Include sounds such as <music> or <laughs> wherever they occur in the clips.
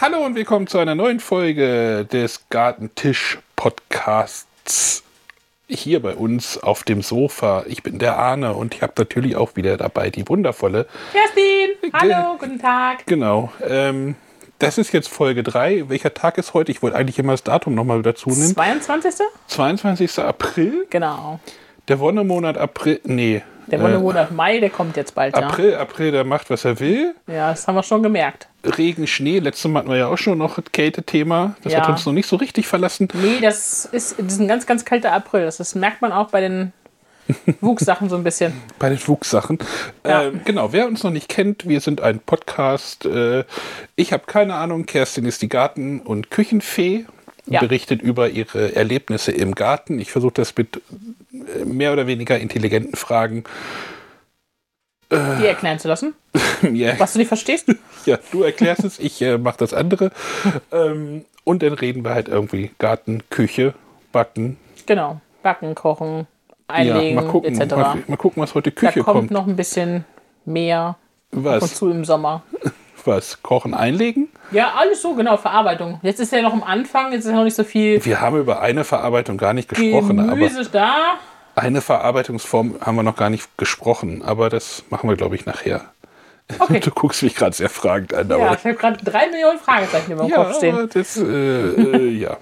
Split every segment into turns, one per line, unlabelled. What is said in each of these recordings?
Hallo und willkommen zu einer neuen Folge des Gartentisch-Podcasts. Hier bei uns auf dem Sofa. Ich bin der Arne und ich habe natürlich auch wieder dabei die wundervolle.
Kerstin, hallo, guten Tag.
Genau. Ähm, das ist jetzt Folge 3. Welcher Tag ist heute? Ich wollte eigentlich immer das Datum nochmal dazu nehmen.
22.
22. April.
Genau.
Der Wonnemonat April. Nee.
Der Wonnemonat Mai, der kommt jetzt bald, ja.
Äh, April, April, der macht, was er will.
Ja, das haben wir schon gemerkt.
Regen, Schnee. Letztes Mal hatten wir ja auch schon noch das Kälte-Thema. Das
Ja.
hat uns noch nicht so richtig verlassen.
Nee, das ist, das ist ein ganz, ganz kalter April. Das, das merkt man auch bei
<laughs>
den Wuchssachen so ein bisschen.
Bei den Wuchssachen.
Ja.
Ähm, genau, wer uns noch nicht kennt, wir sind ein Podcast. Äh, ich habe keine Ahnung, Kerstin ist die Garten- und Küchenfee,
Ja.
berichtet über ihre Erlebnisse im Garten. Ich versuche das mit äh, mehr oder weniger intelligenten Fragen. <laughs>
Die erklären zu lassen.
ja,
Was du nicht verstehst?
ja, du erklärst es, ich äh, mache das andere. Ähm, und dann reden wir halt irgendwie Garten, Küche, Backen.
Genau. Backen,
Ja,
kochen, einlegen,
mal gucken,
etc.
mal, mal gucken, was heute
da
Küche
kommt,
kommt.
noch ein bisschen mehr und
Was?
zu im Sommer.
Was? Kochen, einlegen?
Ja, alles so, genau, Verarbeitung. Jetzt ist ja noch am Anfang, jetzt ist ja noch nicht so viel
Wir haben über eine Verarbeitung gar nicht gesprochen, aber.
Gemüse da.
Eine Verarbeitungsform haben wir noch gar nicht gesprochen, aber das machen wir, glaube ich, nachher.
Okay.
Du guckst mich gerade sehr fragend an. Aber
Ja, ich habe gerade drei Millionen Fragezeichen über dem
ja,
Kopf stehen.
aber das, äh, äh, ja.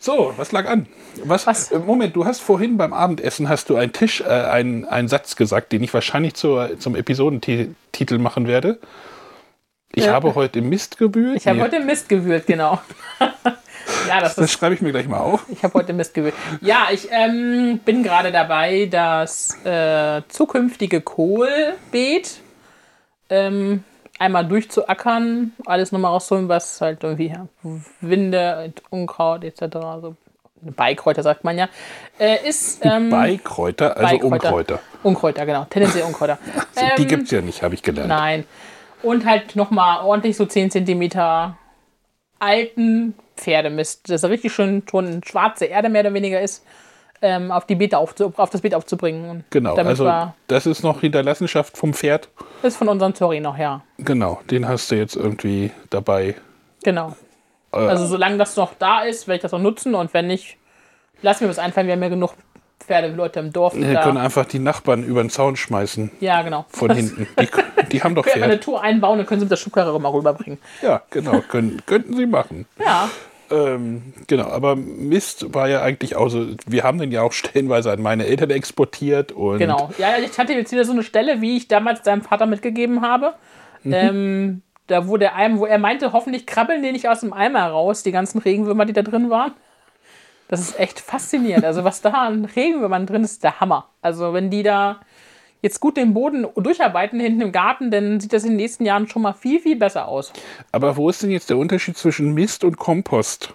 So, was lag an? Was,
Was?
äh, Moment, du hast vorhin beim Abendessen hast du einen Tisch, äh, einen, einen Satz gesagt, den ich wahrscheinlich zur, zum Episodentitel machen werde. Ich
Ja.
habe heute Mist gewühlt.
Ich habe
Nee,
heute Mist gewühlt, genau. <laughs> ja, das
das
ist,
schreibe ich mir gleich mal auf.
ich habe heute Mist gewühlt. Ja, ich ähm, bin gerade dabei, das äh, zukünftige Kohlbeet ähm, einmal durchzuackern, alles nochmal rauszuholen, was halt irgendwie ja, Winde, und Unkraut etc. So Beikräuter sagt man ja, äh, ist ähm,
Beikräuter, also Unkräuter.
Unkräuter, genau, tendenziell Unkräuter.
<laughs> Die
Ähm,
gibt es ja nicht, habe ich gelernt.
Nein. Und halt nochmal ordentlich so 10 cm alten Pferdemist, das richtig schön schon schwarze Erde mehr oder weniger ist, ähm, auf, die Beete aufzu auf das Beet aufzubringen. Und
Genau,
damit
also
war
das ist noch Hinterlassenschaft vom Pferd.
ist von unserem Tori noch her.
Genau, den hast du jetzt irgendwie dabei.
Genau.
Äh,
Also solange das noch da ist, werde ich das noch nutzen und wenn nicht, lass mir was einfallen, wir haben ja genug Pferdeleute im Dorf.
Wir können
da.
einfach die Nachbarn über den Zaun schmeißen
Ja, genau.
von hinten. Die, die
<laughs>
haben doch
Können wir eine
Pferd.
Tour einbauen, dann können sie mit der Schubkarre mal rüberbringen.
Ja, genau, können, könnten sie machen.
Ja,
Ähm, genau, aber Mist war ja eigentlich auch so, wir haben den ja auch <laughs> stellenweise an meine Eltern exportiert und
Genau. Ja, ich hatte jetzt wieder so eine Stelle, wie ich damals deinem Vater mitgegeben habe. Ähm, da wo der Eimer, wo er meinte, hoffentlich krabbeln die nicht aus dem Eimer raus, die ganzen Regenwürmer, die da drin waren. Das ist echt faszinierend. Also was da an Regenwürmern drin ist, der Hammer. Also wenn die da jetzt gut den Boden durcharbeiten hinten im Garten, dann sieht das in den nächsten Jahren schon mal viel, viel besser aus.
aber wo ist denn jetzt der Unterschied zwischen Mist und Kompost?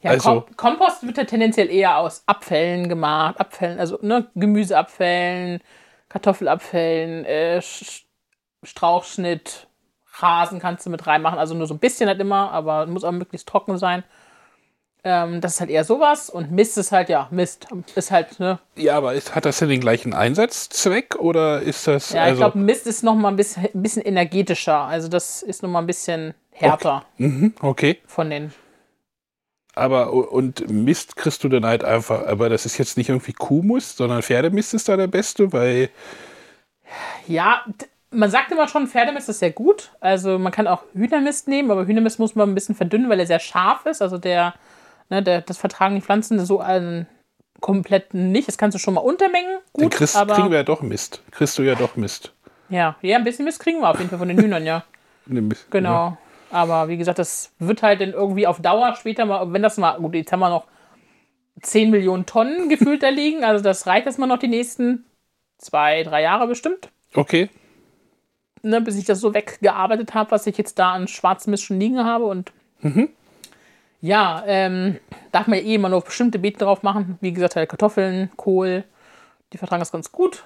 Ja,
Also-
Kom Kompost wird ja tendenziell eher aus Abfällen gemacht, Abfällen, also ne, Gemüseabfällen, Kartoffelabfällen, äh, Sch- Strauchschnitt, Rasen kannst du mit reinmachen, also nur so ein bisschen halt immer, aber muss auch möglichst trocken sein. Ähm, das ist halt eher sowas und Mist ist halt, ja, Mist ist halt, ne,
Ja, aber ist, hat das denn den gleichen Einsatzzweck oder ist das
ja, ich
also
glaube, Mist ist nochmal ein bisschen, ein bisschen energetischer, also das ist nochmal ein bisschen härter
mhm, okay.
von den
Aber und Mist kriegst du dann halt einfach, aber das ist jetzt nicht irgendwie Kuhmist, sondern Pferdemist ist da der beste, weil
Ja, d- man sagt immer schon, Pferdemist ist sehr gut. Also man kann auch Hühnermist nehmen, aber Hühnermist muss man ein bisschen verdünnen, weil er sehr scharf ist. Also der, ne, der das vertragen die Pflanzen so einen kompletten nicht. Das kannst du schon mal untermengen.
dann
Gut,
kriegst,
aber
kriegen wir ja doch Mist. Kriegst du ja doch Mist.
ja, ja, ein bisschen Mist kriegen wir auf jeden Fall von den
<laughs>
Hühnern, ja.
Ne, Mist,
Genau. Aber wie gesagt, das wird halt dann irgendwie auf Dauer später mal, wenn das mal, gut, jetzt haben wir noch 10 Millionen Tonnen gefühlt da liegen. Also das reicht erstmal noch die nächsten zwei, drei Jahre bestimmt.
Ja. Okay.
ne, bis ich das so weggearbeitet habe, was ich jetzt da an Schwarzmist schon liegen habe. Und
Mhm.
ja, ähm, darf man eh immer nur auf bestimmte Beeten drauf machen. Wie gesagt, halt Kartoffeln, Kohl, die vertragen das ganz gut.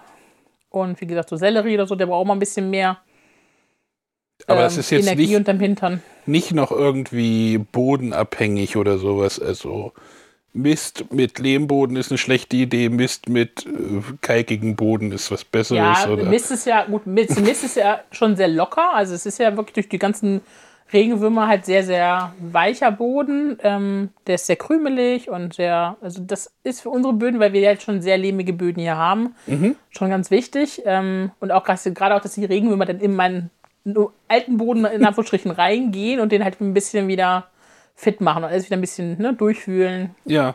Und wie gesagt, so Sellerie oder so, der braucht mal ein bisschen mehr ähm,
Aber das ist jetzt
Energie
nicht,
unterm Hintern.
nicht noch irgendwie bodenabhängig oder sowas. Also Mist mit Lehmboden ist eine schlechte Idee, Mist mit äh, kalkigem Boden ist was Besseres.
Ja,
oder?
Mist ist ja, gut, Mist, Mist ist ja schon sehr locker. Also es ist ja wirklich durch die ganzen Regenwürmer halt sehr, sehr weicher Boden. Ähm, der ist sehr krümelig und sehr, also das ist für unsere Böden, weil wir jetzt schon sehr lehmige Böden hier haben, schon ganz wichtig. Ähm, und auch gerade gerade auch, dass die Regenwürmer dann in meinen alten Boden in Anführungsstrichen reingehen und den halt ein bisschen wieder fit machen und alles wieder ein bisschen ne, durchwühlen,
Ja.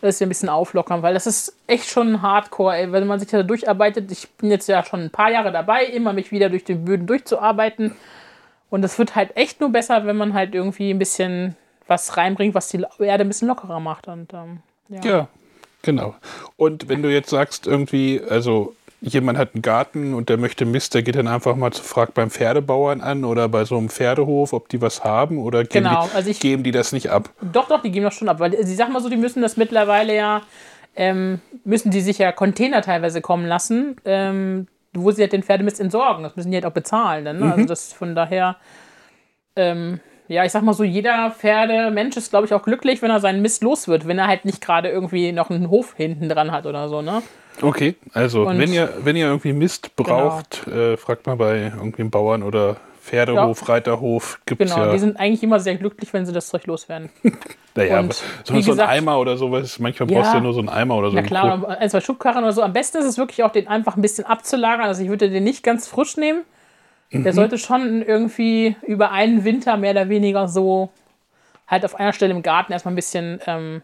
das wieder ein bisschen auflockern, weil das ist echt schon hardcore, ey. Wenn man sich da durcharbeitet, ich bin jetzt ja schon ein paar Jahre dabei, immer mich wieder durch die Böden durchzuarbeiten. Und das wird halt echt nur besser, wenn man halt irgendwie ein bisschen was reinbringt, was die Erde ein bisschen lockerer macht. Und ähm, ja.
Ja, genau. Und wenn du jetzt sagst, irgendwie, also jemand hat einen Garten und der möchte Mist, der geht dann einfach mal zu, fragt beim Pferdebauern an oder bei so einem Pferdehof, ob die was haben oder geben,
Genau,
die,
also ich-
geben die das nicht ab.
Doch, doch, die geben das schon ab, weil äh, sie sag mal so, die müssen das mittlerweile ja, ähm, müssen die sich ja Container teilweise kommen lassen, ähm, wo sie halt den Pferdemist entsorgen. Das müssen die halt auch bezahlen. Dann, ne? Also das von daher, ähm, ja, ich sag mal so, jeder Pferdemensch ist, glaube ich, auch glücklich, wenn er seinen Mist los wird, wenn er halt nicht gerade irgendwie noch einen Hof hinten dran hat oder so, ne?
Okay, also
Und- genau.
wenn ihr, wenn ihr irgendwie Mist braucht, äh, fragt mal bei irgendeinem Bauern oder Pferdehof, Reiterhof, gibt es
Genau,
ja.
die sind eigentlich immer sehr glücklich, wenn sie das Zeug loswerden.
naja,
und
aber so,
wie
so ein
gesagt-
Eimer oder sowas, manchmal brauchst du
Ja.
ja nur so einen Eimer oder so.
Na
einen
klar,
Krug.
oder ein, zwei Schubkarren oder so. Am besten ist es wirklich auch, den einfach ein bisschen abzulagern. Also ich würde den nicht ganz frisch nehmen. Der sollte schon irgendwie über einen Winter mehr oder weniger so halt auf einer Stelle im Garten erstmal ein bisschen ähm,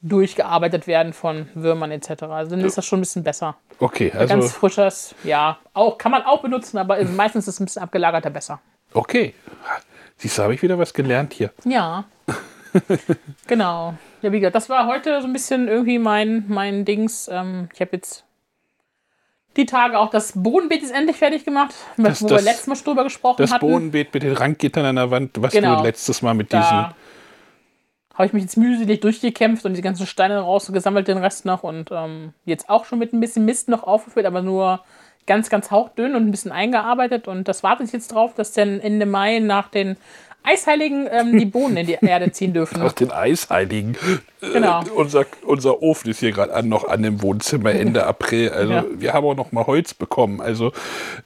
durchgearbeitet werden von Würmern etc. Also dann ist das schon ein bisschen besser.
Okay,
Ganz
also
frisches, ja, auch kann man auch benutzen, aber meistens ist es ein bisschen abgelagerter besser.
okay. Siehst du, habe ich wieder was gelernt hier. <laughs>
Ja. genau. Ja, wie gesagt, das war heute so ein bisschen irgendwie mein, mein Dings. Ähm, ich habe jetzt die Tage auch das Bodenbeet ist endlich fertig gemacht,
Das-
wo wir
das-
letztes Mal schon drüber gesprochen
Das
hatten.
Bodenbeet mit den Ranggittern an der Wand, was
Genau.
du letztes Mal mit diesen
da habe ich mich jetzt mühselig durchgekämpft und die ganzen Steine rausgesammelt, den Rest noch und ähm, jetzt auch schon mit ein bisschen Mist noch aufgefüllt, aber nur ganz, ganz hauchdünn und ein bisschen eingearbeitet und das wartet jetzt drauf, dass dann Ende Mai nach den Eisheiligen ähm, die Bohnen
<laughs>
in die Erde ziehen dürfen.
Nach den Eisheiligen.
Genau.
Äh, unser, unser Ofen ist hier gerade an, noch an im Wohnzimmer
<laughs>
Ende April. Also
Ja.
wir haben auch noch mal Holz bekommen. Also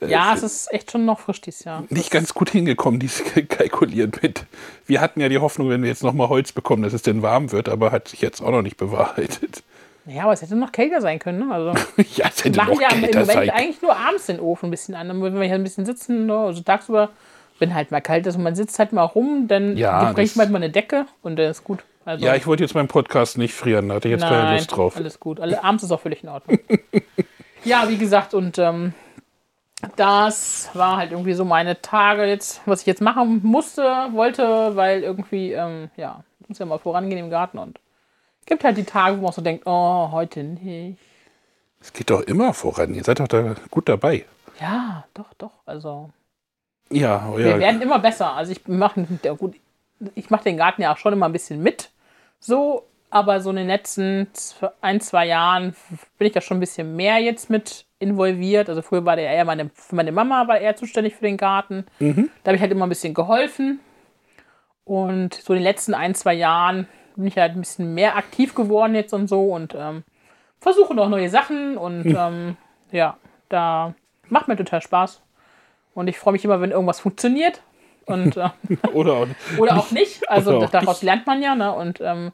Ja, es ist echt schon noch frisch dieses Jahr.
nicht ganz gut hingekommen, <laughs> dies kalkuliert mit. Wir hatten ja die Hoffnung, wenn wir jetzt noch mal Holz bekommen, dass es denn warm wird, aber hat sich jetzt auch noch nicht bewahrheitet. <laughs>
Ja, aber es hätte noch kälter sein können. Ne? Also
ja, es <laughs> hätte
machen
noch
ja im
kälter
Moment
sein.
eigentlich nur abends den Ofen ein bisschen an. Dann würden wir hier ein bisschen sitzen. Ne? Also tagsüber, wenn halt mal kalt ist und man sitzt halt mal rum, dann
Ja,
ja, bringt
das-
man halt mal eine Decke und dann ist gut. Also,
Ja, ich wollte jetzt meinen Podcast nicht frieren, da hatte ich jetzt keine Lust drauf.
Alles gut. Alle, abends ist auch völlig in Ordnung. <laughs> ja, wie gesagt, und ähm, das war halt irgendwie so meine Tage jetzt, was ich jetzt machen musste, wollte, weil irgendwie, ähm, ja, muss ja mal vorangehen im Garten und es gibt halt die Tage, wo man auch so denkt, oh, heute nicht.
Es geht doch immer voran. Ihr seid doch da gut dabei.
Ja, doch, doch. Also
Oh Ja,
wir
euer,
werden immer besser. Also ich mache ja, gut, ich mache den Garten ja auch schon immer ein bisschen mit. So, aber so in den letzten z- ein, zwei Jahren bin ich da schon ein bisschen mehr jetzt mit involviert. Also früher war der eher meine, für meine Mama war eher zuständig für den Garten. Da habe ich halt immer ein bisschen geholfen. Und so in den letzten ein, zwei Jahren bin ich halt ein bisschen mehr aktiv geworden jetzt und so und ähm, versuche noch neue Sachen und ähm, ja, da macht mir total Spaß. Und ich freue mich immer, wenn irgendwas funktioniert. Und äh,
<laughs> oder auch
oder auch nicht. Also
Oder auch
daraus lernt man ja, ne? Und ähm,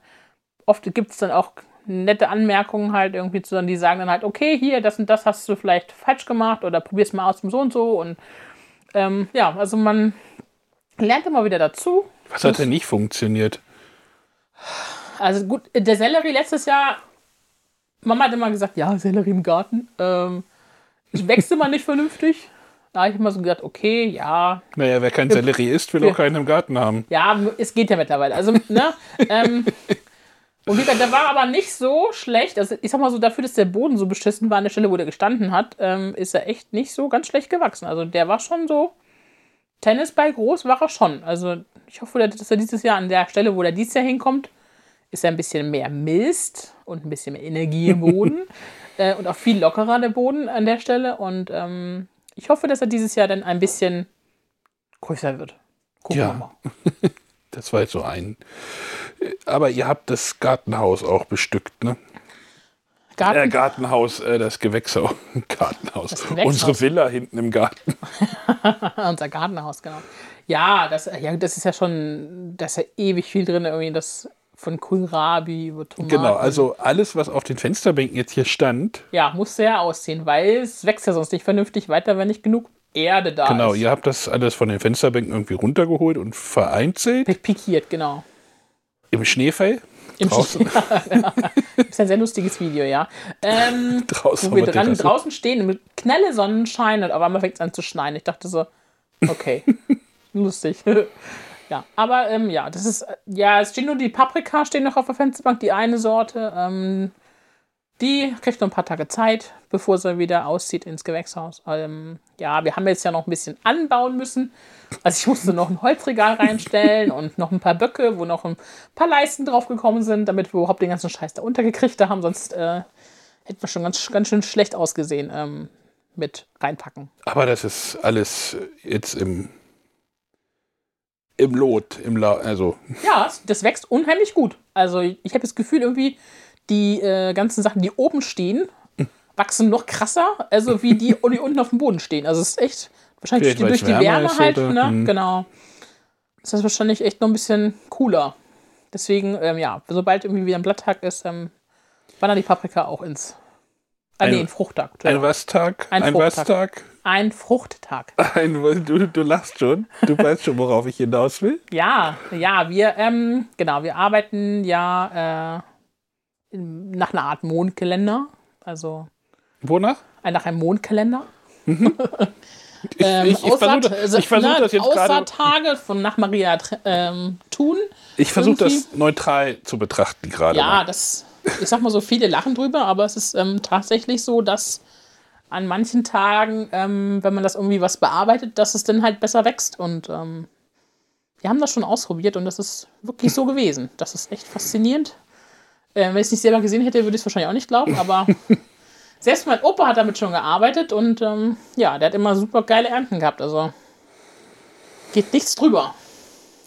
oft gibt es dann auch nette Anmerkungen halt irgendwie zu, die sagen dann halt, okay, hier, das und das hast du vielleicht falsch gemacht oder probier's mal aus dem so und so. Und ähm, ja, also man lernt immer wieder dazu.
Was hat denn nicht funktioniert?
Also gut, der Sellerie letztes Jahr, Mama hat immer gesagt, ja, Sellerie im Garten. Ähm, wächst immer nicht vernünftig. Da habe ich immer so gedacht, okay, ja,
Naja, wer kein Sellerie isst, will auch keinen im Garten haben.
Ja, es geht ja mittlerweile. Also, ne? ähm, und wie gesagt, der war aber nicht so schlecht. Also, ich sag mal so, dafür, dass der Boden so beschissen war an der Stelle, wo der gestanden hat, ähm, ist er echt nicht so ganz schlecht gewachsen. Also, der war schon so Tennisball groß, war er schon. Also, ich hoffe, dass er dieses Jahr an der Stelle, wo er dieses Jahr hinkommt, ist er ein bisschen mehr Mist und ein bisschen mehr Energie im Boden. äh, und auch viel lockerer der Boden an der Stelle. Und ähm, ich hoffe, dass er dieses Jahr dann ein bisschen größer wird. Gucken
Ja.
wir mal.
Das war jetzt Äh, so ein. Aber ihr habt das Gartenhaus auch bestückt, ne?
Garten.
Äh, Gartenhaus, äh, das Gewächshaus. <laughs> Gartenhaus.
Das Gewächshaus.
Unsere Villa hinten im Garten.
<laughs> Unser Gartenhaus, genau. Ja das, ja, das ist ja schon, da ist ja ewig viel drin, irgendwie das von Kohlrabi über Tomaten.
Genau, also alles, was auf den Fensterbänken jetzt hier stand,
Ja, musste ja ausziehen, weil es wächst ja sonst nicht vernünftig weiter, wenn nicht genug Erde da
genau,
ist.
ihr habt das alles von den Fensterbänken irgendwie runtergeholt und vereinzelt
Pik- Pikiert, genau.
im Schneefall.
Im
draußen,
<laughs> Ist ein sehr lustiges Video, ja. Ähm,
<laughs> draußen
wo
auf
wir
der
dran,
Terrasse.
draußen stehen mit knelle Sonnenschein und auf einmal fängt es an zu schneien. Ich dachte so,
<laughs>
okay, lustig. <laughs> ja, aber ähm, ja, das ist, äh, ja, es stehen nur die Paprika, stehen noch auf der Fensterbank, die eine Sorte. Ähm, die kriegt noch ein paar Tage Zeit, bevor sie wieder auszieht ins Gewächshaus. Ähm, ja, wir haben jetzt ja noch ein bisschen anbauen müssen. Also ich musste noch ein Holzregal reinstellen und noch ein paar Böcke, wo noch ein paar Leisten draufgekommen sind, damit wir überhaupt den ganzen Scheiß da untergekriegt haben. Sonst äh, hätten wir schon ganz, ganz schön schlecht ausgesehen ähm, mit reinpacken.
Aber das ist alles jetzt im, im Lot, im La also
Ja, es- das wächst unheimlich gut. Also ich habe das Gefühl irgendwie, die äh, ganzen Sachen, die oben stehen, wachsen noch krasser, also wie die, die unten auf dem Boden stehen. Also es ist echt, wahrscheinlich
Vielleicht,
durch die
weil's wärmer
Wärme
ist
halt,
oder-
ne?
Mhm.
Genau. Ist das wahrscheinlich echt noch ein bisschen cooler. Deswegen, ähm, ja, sobald irgendwie wieder ein Blatttag ist, ähm, wandern die Paprika auch ins. Ah,
Ein-
nee, ein Fruchttag.
ein
Entschuldigung.
Wasstag,
Ein
ein,
Fruchttag.
Wasstag, <laughs>
Ein Fruchttag.
ein du, du lachst schon, du weißt schon, worauf ich hinaus will.
Ja, ja, wir, ähm, genau, wir arbeiten ja äh, in- nach einer Art Mondkalender, also
Wonach?
äh, nach einem Mondkalender. <laughs>
Ich,
Ähm,
Mhm. ich, ich versuche
Aussaat-
das, ich versuch
ne,
das jetzt gerade.
Aussaattage von nach Maria Tr- ähm, Thun.
Ich versuche das
irgendwie.
neutral zu betrachten gerade.
Ja,
mal.
das, ich sag mal so, viele lachen drüber, aber es ist ähm, tatsächlich so, dass an manchen Tagen, ähm, wenn man das irgendwie was bearbeitet, dass es dann halt besser wächst. Und ähm, wir haben das schon ausprobiert und das ist wirklich so gewesen. Das ist echt faszinierend. Äh, wenn ich es nicht selber gesehen hätte, würde ich es wahrscheinlich auch nicht glauben, aber selbst mein Opa hat damit schon gearbeitet und ähm, ja, der hat immer super geile Ernten gehabt. Also geht nichts drüber.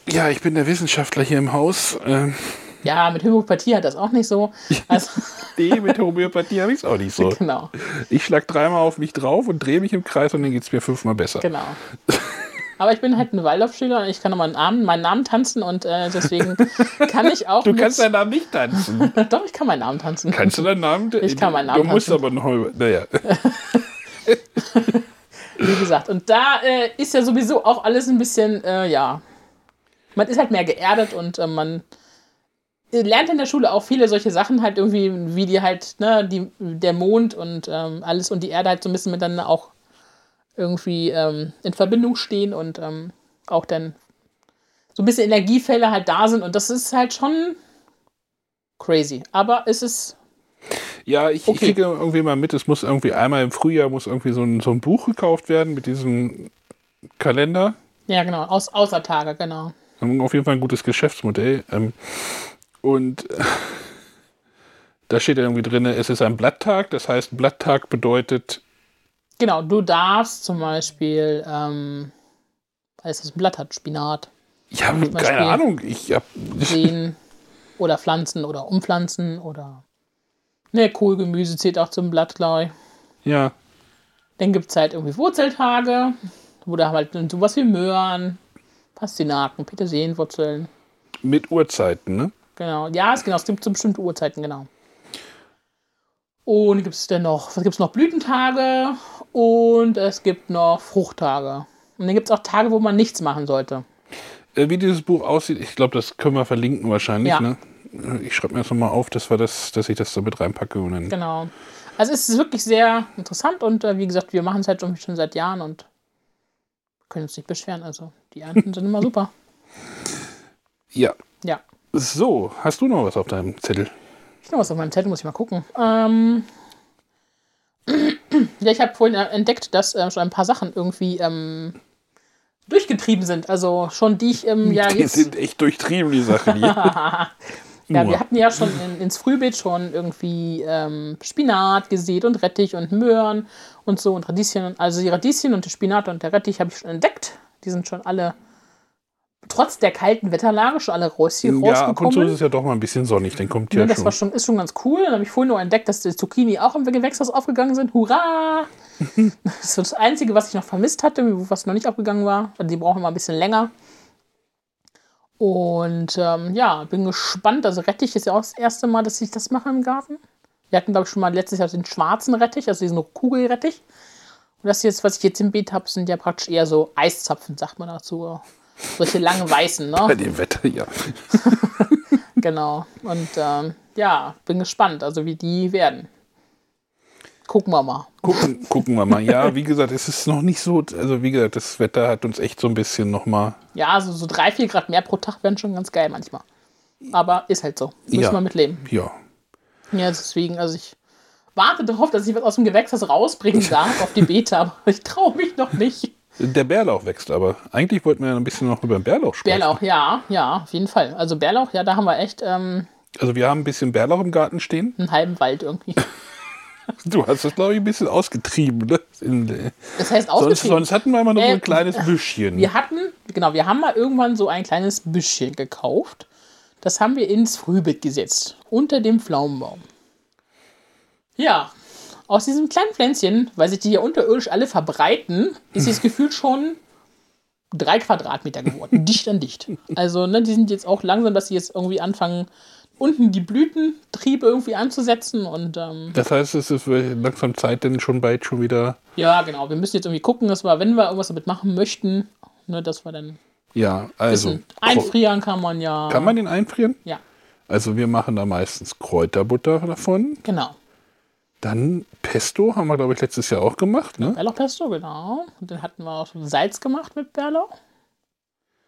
ja, ich bin der Wissenschaftler hier im Haus. Ähm,
Ja, mit Homöopathie hat das auch nicht so. Also,
nee, mit Homöopathie habe ich es auch nicht so.
<laughs> genau.
Ich schlag dreimal auf mich drauf und drehe mich im Kreis und dann geht es mir fünfmal besser.
Genau. Aber ich bin halt ein Waldorfschüler und ich kann auch meinen, Namen, meinen Namen tanzen und äh, deswegen kann ich auch.
Du kannst
mit,
deinen Namen nicht tanzen.
<laughs> Doch, ich kann meinen Namen tanzen.
Kannst du deinen Namen?
Ich kann meinen Namen
Du musst
tanzen.
aber noch. über- Naja.
Wie gesagt. Und da äh, ist ja sowieso auch alles ein bisschen, äh, ja. Man ist halt mehr geerdet und äh, man lernt in der Schule auch viele solche Sachen halt irgendwie, wie die halt, ne, die, der Mond und ähm, alles und die Erde halt so ein bisschen miteinander auch irgendwie ähm, in Verbindung stehen und ähm, auch dann so ein bisschen Energiefälle halt da sind und das ist halt schon crazy. Aber es ist
Ja, ich,
Okay.
ich kriege irgendwie mal mit, es muss irgendwie einmal im Frühjahr muss irgendwie so ein, so ein Buch gekauft werden mit diesem Kalender.
ja genau, aus Außertage, genau.
Haben auf jeden Fall ein gutes Geschäftsmodell. Ähm, und äh, da steht dann irgendwie drin, es ist ein Blatttag. Das heißt, Blatttag bedeutet,
Genau, du darfst zum Beispiel ähm, alles, was ein Blatt hat, Spinat
ich habe
Beispiel.
keine Ahnung, ich habe
sehen oder pflanzen oder umpflanzen oder ne, Kohlgemüse zählt auch zum Blatt, glaube ich.
ja,
Dann gibt es halt irgendwie Wurzeltage, wo da halt dann sowas wie Möhren, Pastinaken, Petersilienwurzeln.
mit Uhrzeiten, ne?
Genau, ja, es, genau, es gibt so bestimmte Uhrzeiten, genau. Und gibt es denn noch, was gibt es noch? Blütentage und es gibt noch Fruchttage. Und dann gibt es auch Tage, wo man nichts machen sollte.
Äh, Wie dieses Buch aussieht, ich glaube, das können wir verlinken wahrscheinlich,
Ja.
ne? Äh, Ich schreibe mir das nochmal auf, dass, wir das, dass ich das da mit reinpacke. Und dann,
Genau. Also es ist wirklich sehr interessant und äh, wie gesagt, wir machen es halt irgendwie schon seit Jahren und können uns nicht beschweren. Also die Ernten sind immer super.
ja.
Ja.
So, hast du noch was auf deinem Zettel?
Ich noch was auf meinem Zettel, muss ich mal gucken. Ähm, <clears throat> ja, ich habe vorhin äh, entdeckt, dass äh, schon ein paar Sachen irgendwie ähm, durchgetrieben sind. Also schon die
<laughs>
ich ähm, ja
Die
jetzt.
sind echt durchtrieben, die Sachen
<laughs>
hier.
Ja,
Nur.
wir hatten ja schon in, ins Frühbeet schon irgendwie ähm, Spinat gesät und Rettich und Möhren und so und Radieschen. Also die Radieschen und der Spinat und der Rettich habe ich schon entdeckt. Die sind schon alle trotz der kalten Wetterlage schon alle raus hier
Ja, ab und zu ist
rausgekommen.
es ja doch mal ein bisschen sonnig, dann kommt
Ja,
ja
Ne, das
schon.
war schon, ist schon ganz cool. Dann habe ich vorhin nur entdeckt, dass die Zucchini auch im Gewächshaus aufgegangen sind. Hurra! das ist das Einzige, was ich noch vermisst hatte, was noch nicht aufgegangen war. Also Die brauchen immer ein bisschen länger. Und ähm, ja, bin gespannt. Also Rettich ist ja auch das erste Mal, dass ich das mache im Garten. Wir hatten, glaube ich, schon mal letztes Jahr den schwarzen Rettich, also diesen Kugelrettich. Und das jetzt, was ich jetzt im Beet habe, sind ja praktisch eher so Eiszapfen, sagt man dazu. Solche langen weißen, ne?
Bei dem Wetter, ja.
Genau. Und ähm, ja, bin gespannt, also wie die werden. Gucken wir mal.
Gucken, gucken wir mal. Ja, wie gesagt, es ist noch nicht so. Also, wie gesagt, das Wetter hat uns echt so ein bisschen nochmal.
Ja, also so, so drei, vier Grad mehr pro Tag wären schon ganz geil manchmal. Aber ist halt so. Müssen
Ja.
wir mitleben.
Ja.
Ja, deswegen, also ich warte darauf, dass ich was aus dem Gewächshaus
<laughs>
rausbringen darf auf die Beta, aber ich traue mich noch nicht.
Der Bärlauch wächst aber. Eigentlich wollten wir ja ein bisschen noch über den Bärlauch sprechen.
Bärlauch, ja, ja, auf jeden Fall. Also Bärlauch, ja, da haben wir echt ähm,
Also, wir haben ein bisschen Bärlauch im Garten
<laughs>
stehen.
einen halben Wald irgendwie.
Du hast das, glaube ich, ein bisschen ausgetrieben. Ne? In, äh,
Das heißt
sonst,
ausgeschrieben.
sonst hatten wir immer nur so
Äh,
ein kleines Büschchen.
Wir hatten, genau, wir haben mal irgendwann so ein kleines Büschchen gekauft. Das haben wir ins Frühbeet gesetzt, unter dem Pflaumenbaum. Ja, aus diesem kleinen Pflänzchen, weil sich die hier unterirdisch alle verbreiten, ist das Gefühl schon drei Quadratmeter geworden, dicht an dicht. Also, ne, die sind jetzt auch langsam, dass sie jetzt irgendwie anfangen, unten die Blütentriebe irgendwie anzusetzen und ähm,
Das heißt, es ist langsam Zeit, denn schon bald schon wieder.
ja, genau, wir müssen jetzt irgendwie gucken, dass wir, wenn wir irgendwas damit machen möchten, ne, dass wir dann
Ja, also.
Einfrieren kann man ja.
Kann man den einfrieren?
Ja,
Also, wir machen da meistens Kräuterbutter davon.
genau.
Dann Pesto haben wir, glaube ich, letztes Jahr auch gemacht. Ne?
Bärlauchpesto, genau. Und dann hatten wir auch schon Salz gemacht mit Bärlauch.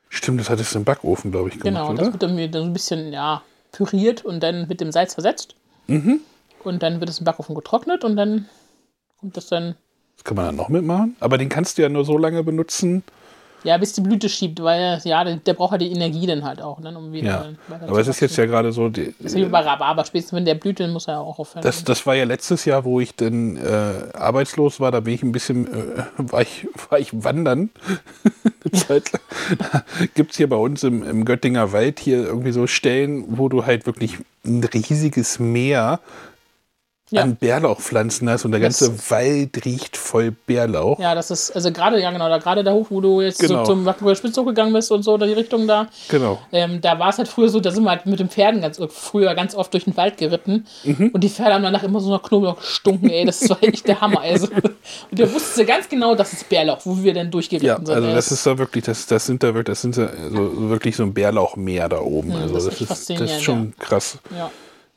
Stimmt, das hattest du im Backofen, glaube ich,
Genau,
gemacht,
das
oder?
wird dann wieder so ein bisschen, ja, püriert und dann mit dem Salz versetzt.
Mhm.
Und dann wird es im Backofen getrocknet und dann kommt das dann,
Das kann man dann noch mitmachen. Aber den kannst du ja nur so lange benutzen.
ja, bis die Blüte schiebt, weil, ja, der, der braucht ja die Energie dann halt auch, ne, um wieder
Ja.
weiter zu
Aber es ist jetzt
wachsen.
ja gerade so. Die,
Das ist wie bei Rhabarber, spätestens wenn der blüht, dann muss er ja auch aufhören.
das, das war ja letztes Jahr, wo ich dann äh, arbeitslos war. Da bin ich ein bisschen, äh, war, ich, <laughs> war ich wandern. Gibt es hier bei uns im, im Göttinger Wald hier irgendwie so Stellen, wo du halt wirklich ein riesiges Meer
Ja.
an Bärlauchpflanzen hast und der
Das-
ganze Wald riecht voll Bärlauch.
ja, das ist, also gerade, ja genau, da gerade da hoch, wo du jetzt
Genau.
so zum Wackenburger Spitzhof gegangen bist und so, da die Richtung da,
Genau.
Ähm, da war es halt früher so, da sind wir halt mit den Pferden ganz früher ganz oft durch den Wald geritten.
Mhm.
Und die Pferde haben danach immer so nach Knoblauch gestunken, ey. Das war echt der
<laughs>
Hammer. Also. Und der wusste ganz genau, das ist Bärlauch, wo wir denn
Ja,
durchgeritten sind.
also
ey.
das ist da wirklich, das, das sind da wirklich, das sind da so, wirklich so ein Bärlauchmeer da oben. also das,
das ist echt
ist, das
faszinierend,
ist schon krass.
Ja,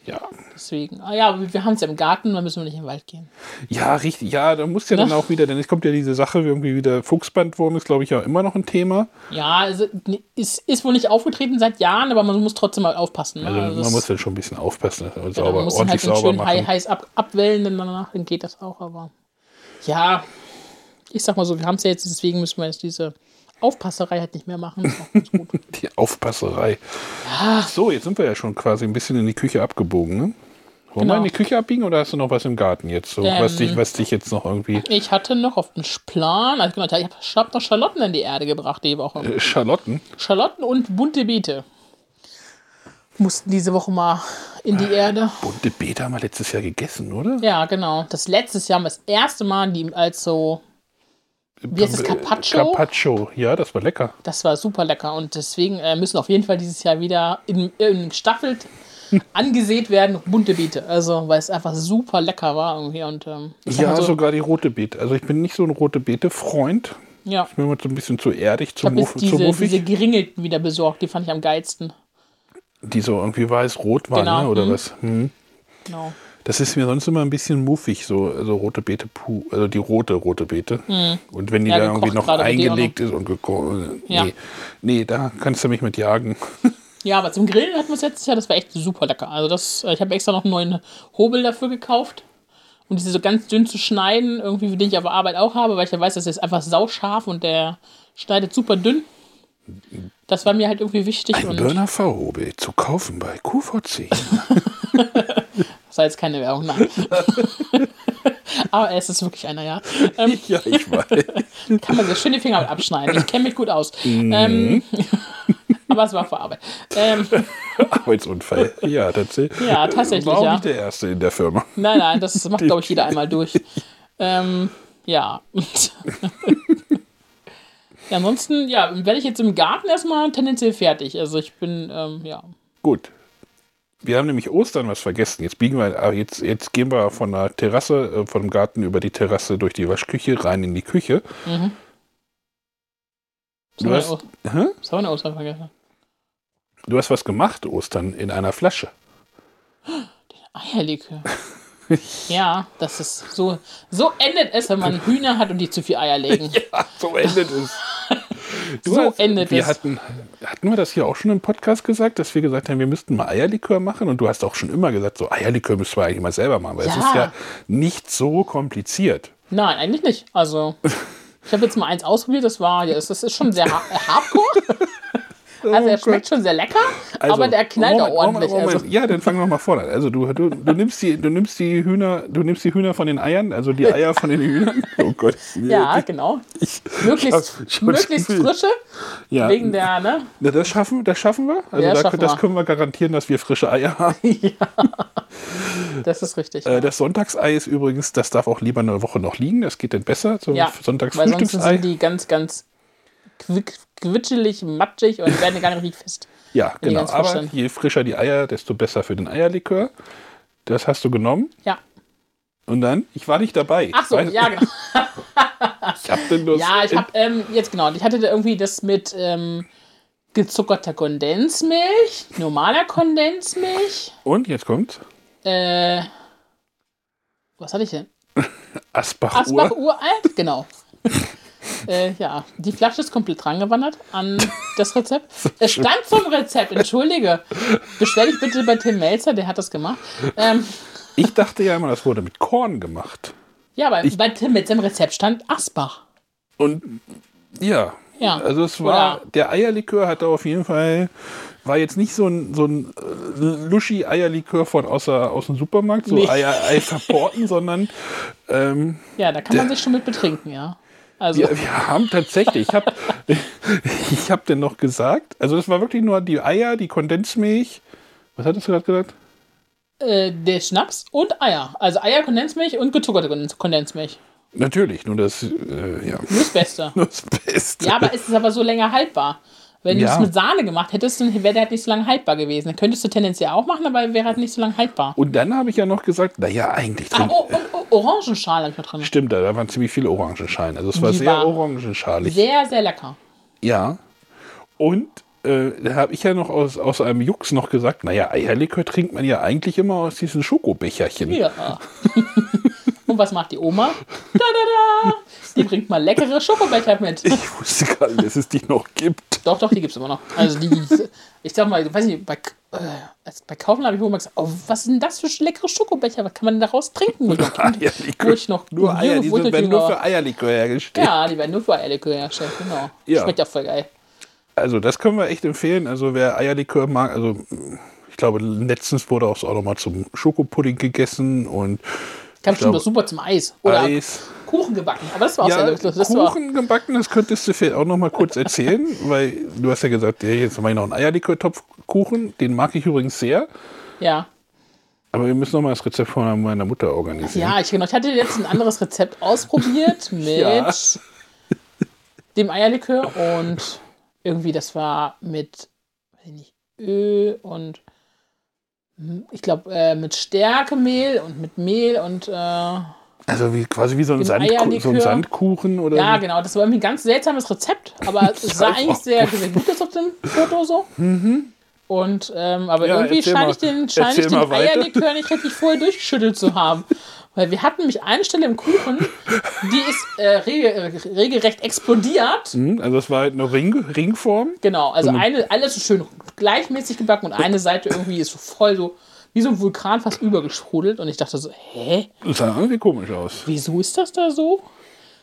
Ja.
deswegen. Ah ja, wir, wir haben es ja im Garten, dann müssen wir nicht in den Wald gehen.
Ja, richtig. Ja, da muss ja
Ne?
dann auch wieder, denn es kommt ja diese Sache, irgendwie wieder Fuchsbandwurm ist, glaube ich, ja immer noch ein Thema.
Ja, also, nee, ist, ist wohl nicht aufgetreten seit Jahren, aber man muss trotzdem mal aufpassen. Ne?
Also
Also
man
das-
muss dann schon ein bisschen aufpassen, dass man
Ja,
sauber,
man muss ihn
ordentlich
halt dann
sauber
schön hei-
machen.
heiß ab, abwellen, denn danach dann geht das auch. Aber ja, ich sag mal so, wir haben es ja jetzt, deswegen müssen wir jetzt diese Aufpasserei halt nicht mehr machen. Ist auch ganz gut.
Die Aufpasserei.
Ah.
So, jetzt sind wir ja schon quasi ein bisschen in die Küche abgebogen, ne? Wollen
Genau.
wir in die Küche abbiegen oder hast du noch was im Garten jetzt? So, was,
Ähm.
dich, was dich jetzt noch irgendwie.
ich hatte noch auf den Plan, also genau, ich habe hab noch Schalotten in die Erde gebracht die Woche.
Äh, Schalotten?
Schalotten und bunte Beete mussten diese Woche mal in die Erde.
Bunte Beete haben wir letztes Jahr gegessen, oder?
Ja, genau. Das letztes Jahr haben wir das erste Mal die als so, wie heißt das, Carpaccio?
Äh, Carpaccio, ja, das war lecker.
Das war super lecker und deswegen äh, müssen auf jeden Fall dieses Jahr wieder in,
<laughs>
in gestaffelt angesät werden bunte Beete. Also, weil es einfach super lecker war irgendwie und ähm, ich sag
Ja,
mal so,
sogar die rote Beete. Also ich bin nicht so ein rote Beete-Freund.
ja.
Ich bin immer so ein bisschen zu erdig,
Ich
zu,
habe
muff,
jetzt diese,
zu muffig.
diese
Die,
geringelten wieder besorgt, die fand ich am geilsten.
so irgendwie weiß-rot waren,
Genau,
ne, oder
mhm.
was? Hm.
Genau.
Das ist mir sonst immer ein bisschen muffig, so also rote Beete, puh, also die rote rote Beete. Und wenn die
Mhm.
da
Ja, gekocht
irgendwie noch
gerade wird die auch
eingelegt ist und gekocht. äh,
Ja.
Nee, nee, da kannst du mich mit jagen.
Ja, aber zum Grillen hatten wir es letztes Jahr, das war echt super lecker. Also das, äh, ich habe extra noch einen neuen Hobel dafür gekauft. Und diese so ganz dünn zu schneiden, irgendwie, den ich auf der Arbeit auch habe, weil ich ja weiß, das ist einfach sauscharf und der schneidet super dünn. Das war mir halt irgendwie wichtig.
Ein
und
Burner V-Hobel zu kaufen bei
<laughs>
QVC.
Das war jetzt keine Werbung, nein.
<laughs>
Aber es ist wirklich einer, ja. Ähm,
ja, ich weiß. Mhm.
kann man sich schöne Finger mit abschneiden. Ich kenne mich gut aus. Ähm, <laughs> Aber es war vor Arbeit. Ähm,
Arbeitsunfall. Ja, tatsächlich.
Ja, tatsächlich,
War auch
ja.
nicht der Erste in der Firma.
nein, nein, das macht, glaube
<laughs>
ich, jeder einmal durch. Ähm, ja. <laughs> ja. Ansonsten, ja, werde ich jetzt im Garten erstmal tendenziell fertig. Also ich bin, ähm, ja.
Gut. Wir haben nämlich Ostern was vergessen. Jetzt biegen wir, ah, jetzt, jetzt gehen wir von der Terrasse, äh, vom Garten über die Terrasse durch die Waschküche rein in die Küche.
Mhm.
Du hast,
Was
hä?
haben wir Ostern vergessen?
du hast was gemacht, Ostern, in einer
<laughs>
Flasche.
Eierlikör. ja, das ist so. So endet es, wenn man Hühner hat und die zu viel Eier legen.
Ja, so endet <laughs> es. Du
So
hast-
endet
wir
es.
Hatten, hatten wir das hier auch schon im Podcast gesagt, dass wir gesagt haben, wir müssten mal Eierlikör machen? Und du hast auch schon immer gesagt, so Eierlikör müssen wir eigentlich mal selber machen, weil es
Ja.
ist ja nicht so kompliziert.
Nein, eigentlich nicht. Also, ich habe jetzt mal eins ausprobiert. Das war, ja, das ist schon sehr ha äh, hardcore.
Oh
Also, er schmeckt schon sehr lecker,
Also,
aber der knallt auch ordentlich. also.
Ja, dann fangen wir mal vorne an. Also du, du, du, nimmst die, du nimmst die Hühner, du nimmst die Hühner von den Eiern, also die Eier von den
<laughs>
Hühnern. Oh Gott.
Ja, genau.
hab's
möglichst
schon
möglichst
gefühlt.
frische,
ja.
wegen
<laughs>
der, ne?
Na, das schaffen, das schaffen wir. Also
Ja,
da,
schaffen
das
wir.
können wir garantieren, dass wir frische Eier haben.
<laughs> Das ist richtig.
Äh, Das Sonntagsei ist übrigens, das darf auch lieber eine Woche noch liegen, das geht dann besser. So
ja, weil sonst
Sonntagsfrühstücksei.
sind die ganz, ganz quick, quitschelig, matschig und werden gar nicht richtig fest.
Ja,
die
genau.
ganz frisch
Aber
sind.
je frischer die Eier, desto besser für den Eierlikör. Das hast du genommen.
Ja.
Und dann? Ich war nicht dabei.
Ach so,
Weißt-
ja, genau.
Ich hab denn nur
Ja, ich habe ähm, jetzt genau, ich hatte da irgendwie das mit ähm, gezuckerter Kondensmilch, normaler Kondensmilch.
Und jetzt kommt
Äh, was hatte ich denn?
Asbach-Uhr.
Asbach uralt, genau. äh, ja, die Flasche ist komplett rangewandert an das Rezept. Es stand zum Rezept, entschuldige. Beschwer dich bitte bei Tim Melzer, der hat das gemacht. Ähm,
Ich dachte ja immer, das wurde mit Korn gemacht.
ja, bei, bei Tim Melzer im Rezept stand Asbach.
Und ja.
Ja.
Also es war,
Oder-
der Eierlikör hatte auf jeden Fall, war jetzt nicht so ein, so ein äh, Luschi-Eierlikör von aus, der- aus dem Supermarkt, so
Nee.
Eier, Ei
<laughs>
verporten, sondern ähm,
Ja, da kann man sich schon mit betrinken, ja. Also,
wir, Äh, wir haben tatsächlich, ich habe <laughs> ich hab denn noch gesagt, also es war wirklich nur die Eier, die Kondensmilch, was hattest du gerade gesagt?
äh, der Schnaps und Eier. Also Eier, Kondensmilch und gezuckerte Kondens- Kondensmilch.
Natürlich, nur das, äh, ja,
Nur das Beste.
<laughs> nur das Beste.
Ja, aber es ist aber so länger haltbar. Wenn du
Ja.
es mit Sahne gemacht hättest, dann wäre der halt nicht so lange haltbar gewesen. Dann könntest du tendenziell auch machen, aber wäre halt nicht so lange haltbar.
Und dann habe ich ja noch gesagt, naja, eigentlich
Ah,
trinken
oh, oh, oh, Orangenschale habe ich noch drin.
Stimmt, da da waren ziemlich viele Orangenschalen. Also es war
Die
sehr
waren
orangenschalig.
Sehr, sehr lecker.
ja. Und äh, da habe ich ja noch aus, aus einem Jux noch gesagt, naja, Eierlikör trinkt man ja eigentlich immer aus diesen Schokobecherchen.
Ja. Und was macht die Oma? Da, da, da. Die bringt mal leckere Schokobecher mit.
Ich wusste gar nicht, dass es die noch gibt.
Doch, doch, die gibt es immer noch. Also die, ich sag mal, ich weiß nicht, bei, äh, also bei Kaufen habe ich wohl mal gesagt, oh, was sind das für leckere Schokobecher? Was kann man daraus trinken? Wo ich noch, wo
Eierlikör.
ich noch
Nur Eier, die
wo ich
sind,
noch
werden nur
jünger
für
war.
Eierlikör hergestellt.
Ja, die werden nur für Eierlikör hergestellt, genau.
Ja.
Schmeckt ja voll geil.
Also das können wir echt empfehlen. Also wer Eierlikör mag, also ich glaube, letztens wurde auch auch nochmal zum Schokopudding gegessen und
Kann bestimmt
glaube-
auch super zum Eis. Oder
Eis.
Kuchen gebacken. Aber das war auch
Ja,
sehr lustig. Das war,
Kuchen gebacken, das könntest du vielleicht auch noch mal kurz
<laughs>
erzählen, weil du hast ja gesagt, ja, jetzt mache ich noch einen Eierlikör-Topfkuchen, den mag ich übrigens sehr,
ja.
aber wir müssen noch mal das Rezept von meiner Mutter organisieren.
Ja, ich, genau, ich hatte jetzt ein anderes Rezept ausprobiert mit
Ja.
dem Eierlikör und irgendwie das war mit weiß ich nicht, Öl und hm, ich glaube äh, mit Stärkemehl und mit Mehl und äh, ja
Also wie, quasi wie so ein,
Im
Sandku so ein
Eierlikör.
Sandkuchen oder so.
genau, das war irgendwie ein ganz seltsames Rezept,
<laughs>
aber es sah
Ähm, weiß
eigentlich
auch Mhm.
sehr, sehr gut aus auf dem Foto so. Und ähm, aber
Ja,
irgendwie
erzähl
scheine
mal.
ich den, scheine
Erzähl
ich den
mal weiter.
Eierlikör nicht richtig vorher durchgeschüttelt zu haben. Weil wir hatten nämlich eine Stelle im Kuchen, die ist äh, rege, äh, regelrecht explodiert.
Hm, Also das war halt eine Ring Ringform.
Genau, also
Mhm.
eine, alles ist schön gleichmäßig gebacken und eine Seite irgendwie ist so voll so, wie so ein Vulkan fast übergesprudelt. Und ich dachte so, hä,
Das sah irgendwie komisch aus.
wieso ist das da so?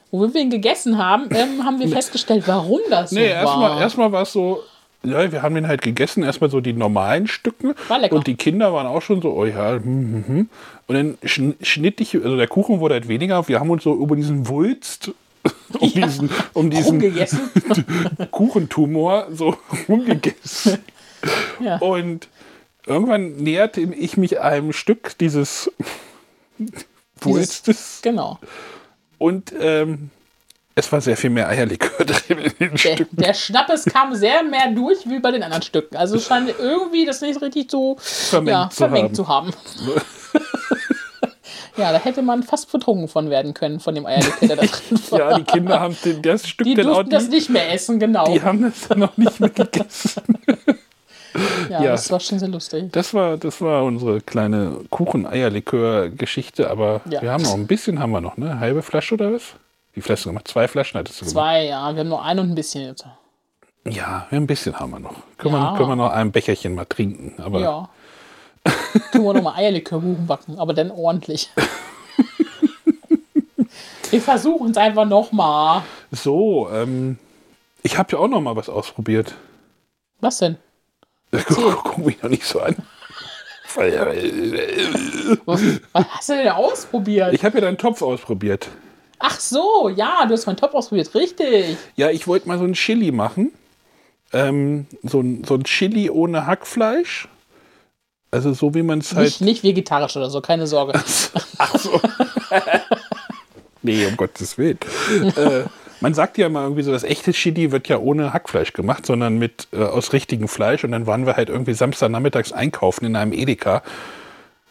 Wo wir ihn gegessen haben, ähm, haben wir festgestellt, warum das so
Nee,
war.
erstmal erstmal war es so, ja, wir haben den halt gegessen, erstmal so die normalen Stücken.
War lecker.
Und die Kinder waren auch schon so, oh ja, hm, hm, hm. Und dann schn- schnitt ich, also der Kuchen wurde halt weniger, wir haben uns so über diesen Wulst <laughs> um diesen, um diesen
Rumgegessen.
Kuchentumor so <laughs> rumgegessen.
Ja.
Und irgendwann näherte ich mich einem Stück dieses Wulstes <laughs>
Genau.
und ähm, es war sehr viel mehr Eierlikör <laughs> drin in den
Der,
Stücken.
der Schnappes kam sehr mehr durch wie bei den anderen Stücken. Also es scheint irgendwie das nicht richtig so
Vermengt
ja,
zu
vermengt
haben. <laughs>
zu haben. ja, da hätte man fast betrunken von werden können, von dem Eierlikör, der da drin
<laughs>
war.
Ja, die Kinder haben den, das Stück
die
dann auch
durften das
nicht,
nicht mehr essen, genau.
genau die haben das dann noch nicht mitgegessen.
ja,
ja.
das war schon sehr lustig.
Das war, das war unsere kleine Kuchen-Eierlikör-Geschichte, aber
Ja.
wir haben noch ein bisschen, haben wir noch, ne? Halbe Flasche oder was? Wie viel hast du gemacht? Zwei Flaschen hattest du gemacht.
Zwei, ja, wir haben nur ein und ein bisschen jetzt.
Ja, ein bisschen haben wir noch. Können,
Ja.
wir, können wir noch ein Becherchen mal trinken. Aber
Ja. Tun wir nochmal Eierlikörkuchen backen, aber dann
<laughs>
ordentlich. wir versuchen es einfach nochmal.
so, ähm, ich habe ja auch noch mal was ausprobiert. <laughs>
Was denn?
Guck, guck mich noch nicht so
<laughs>
an.
Was hast du denn ausprobiert?
Ich habe ja deinen Topf ausprobiert.
Ach so, ja, du hast meinen Top ausprobiert, richtig.
Ja, ich wollte mal so ein Chili machen. Ähm, so, ein, so ein Chili ohne Hackfleisch. Also so wie man es halt
Nicht, nicht vegetarisch oder so, keine Sorge.
Ach so. <laughs> nee, um Gottes Willen. äh, man sagt ja mal irgendwie so, das echte Chili wird ja ohne Hackfleisch gemacht, sondern mit äh, aus richtigem Fleisch. Und dann waren wir halt irgendwie Samstagnachmittags einkaufen in einem Edeka.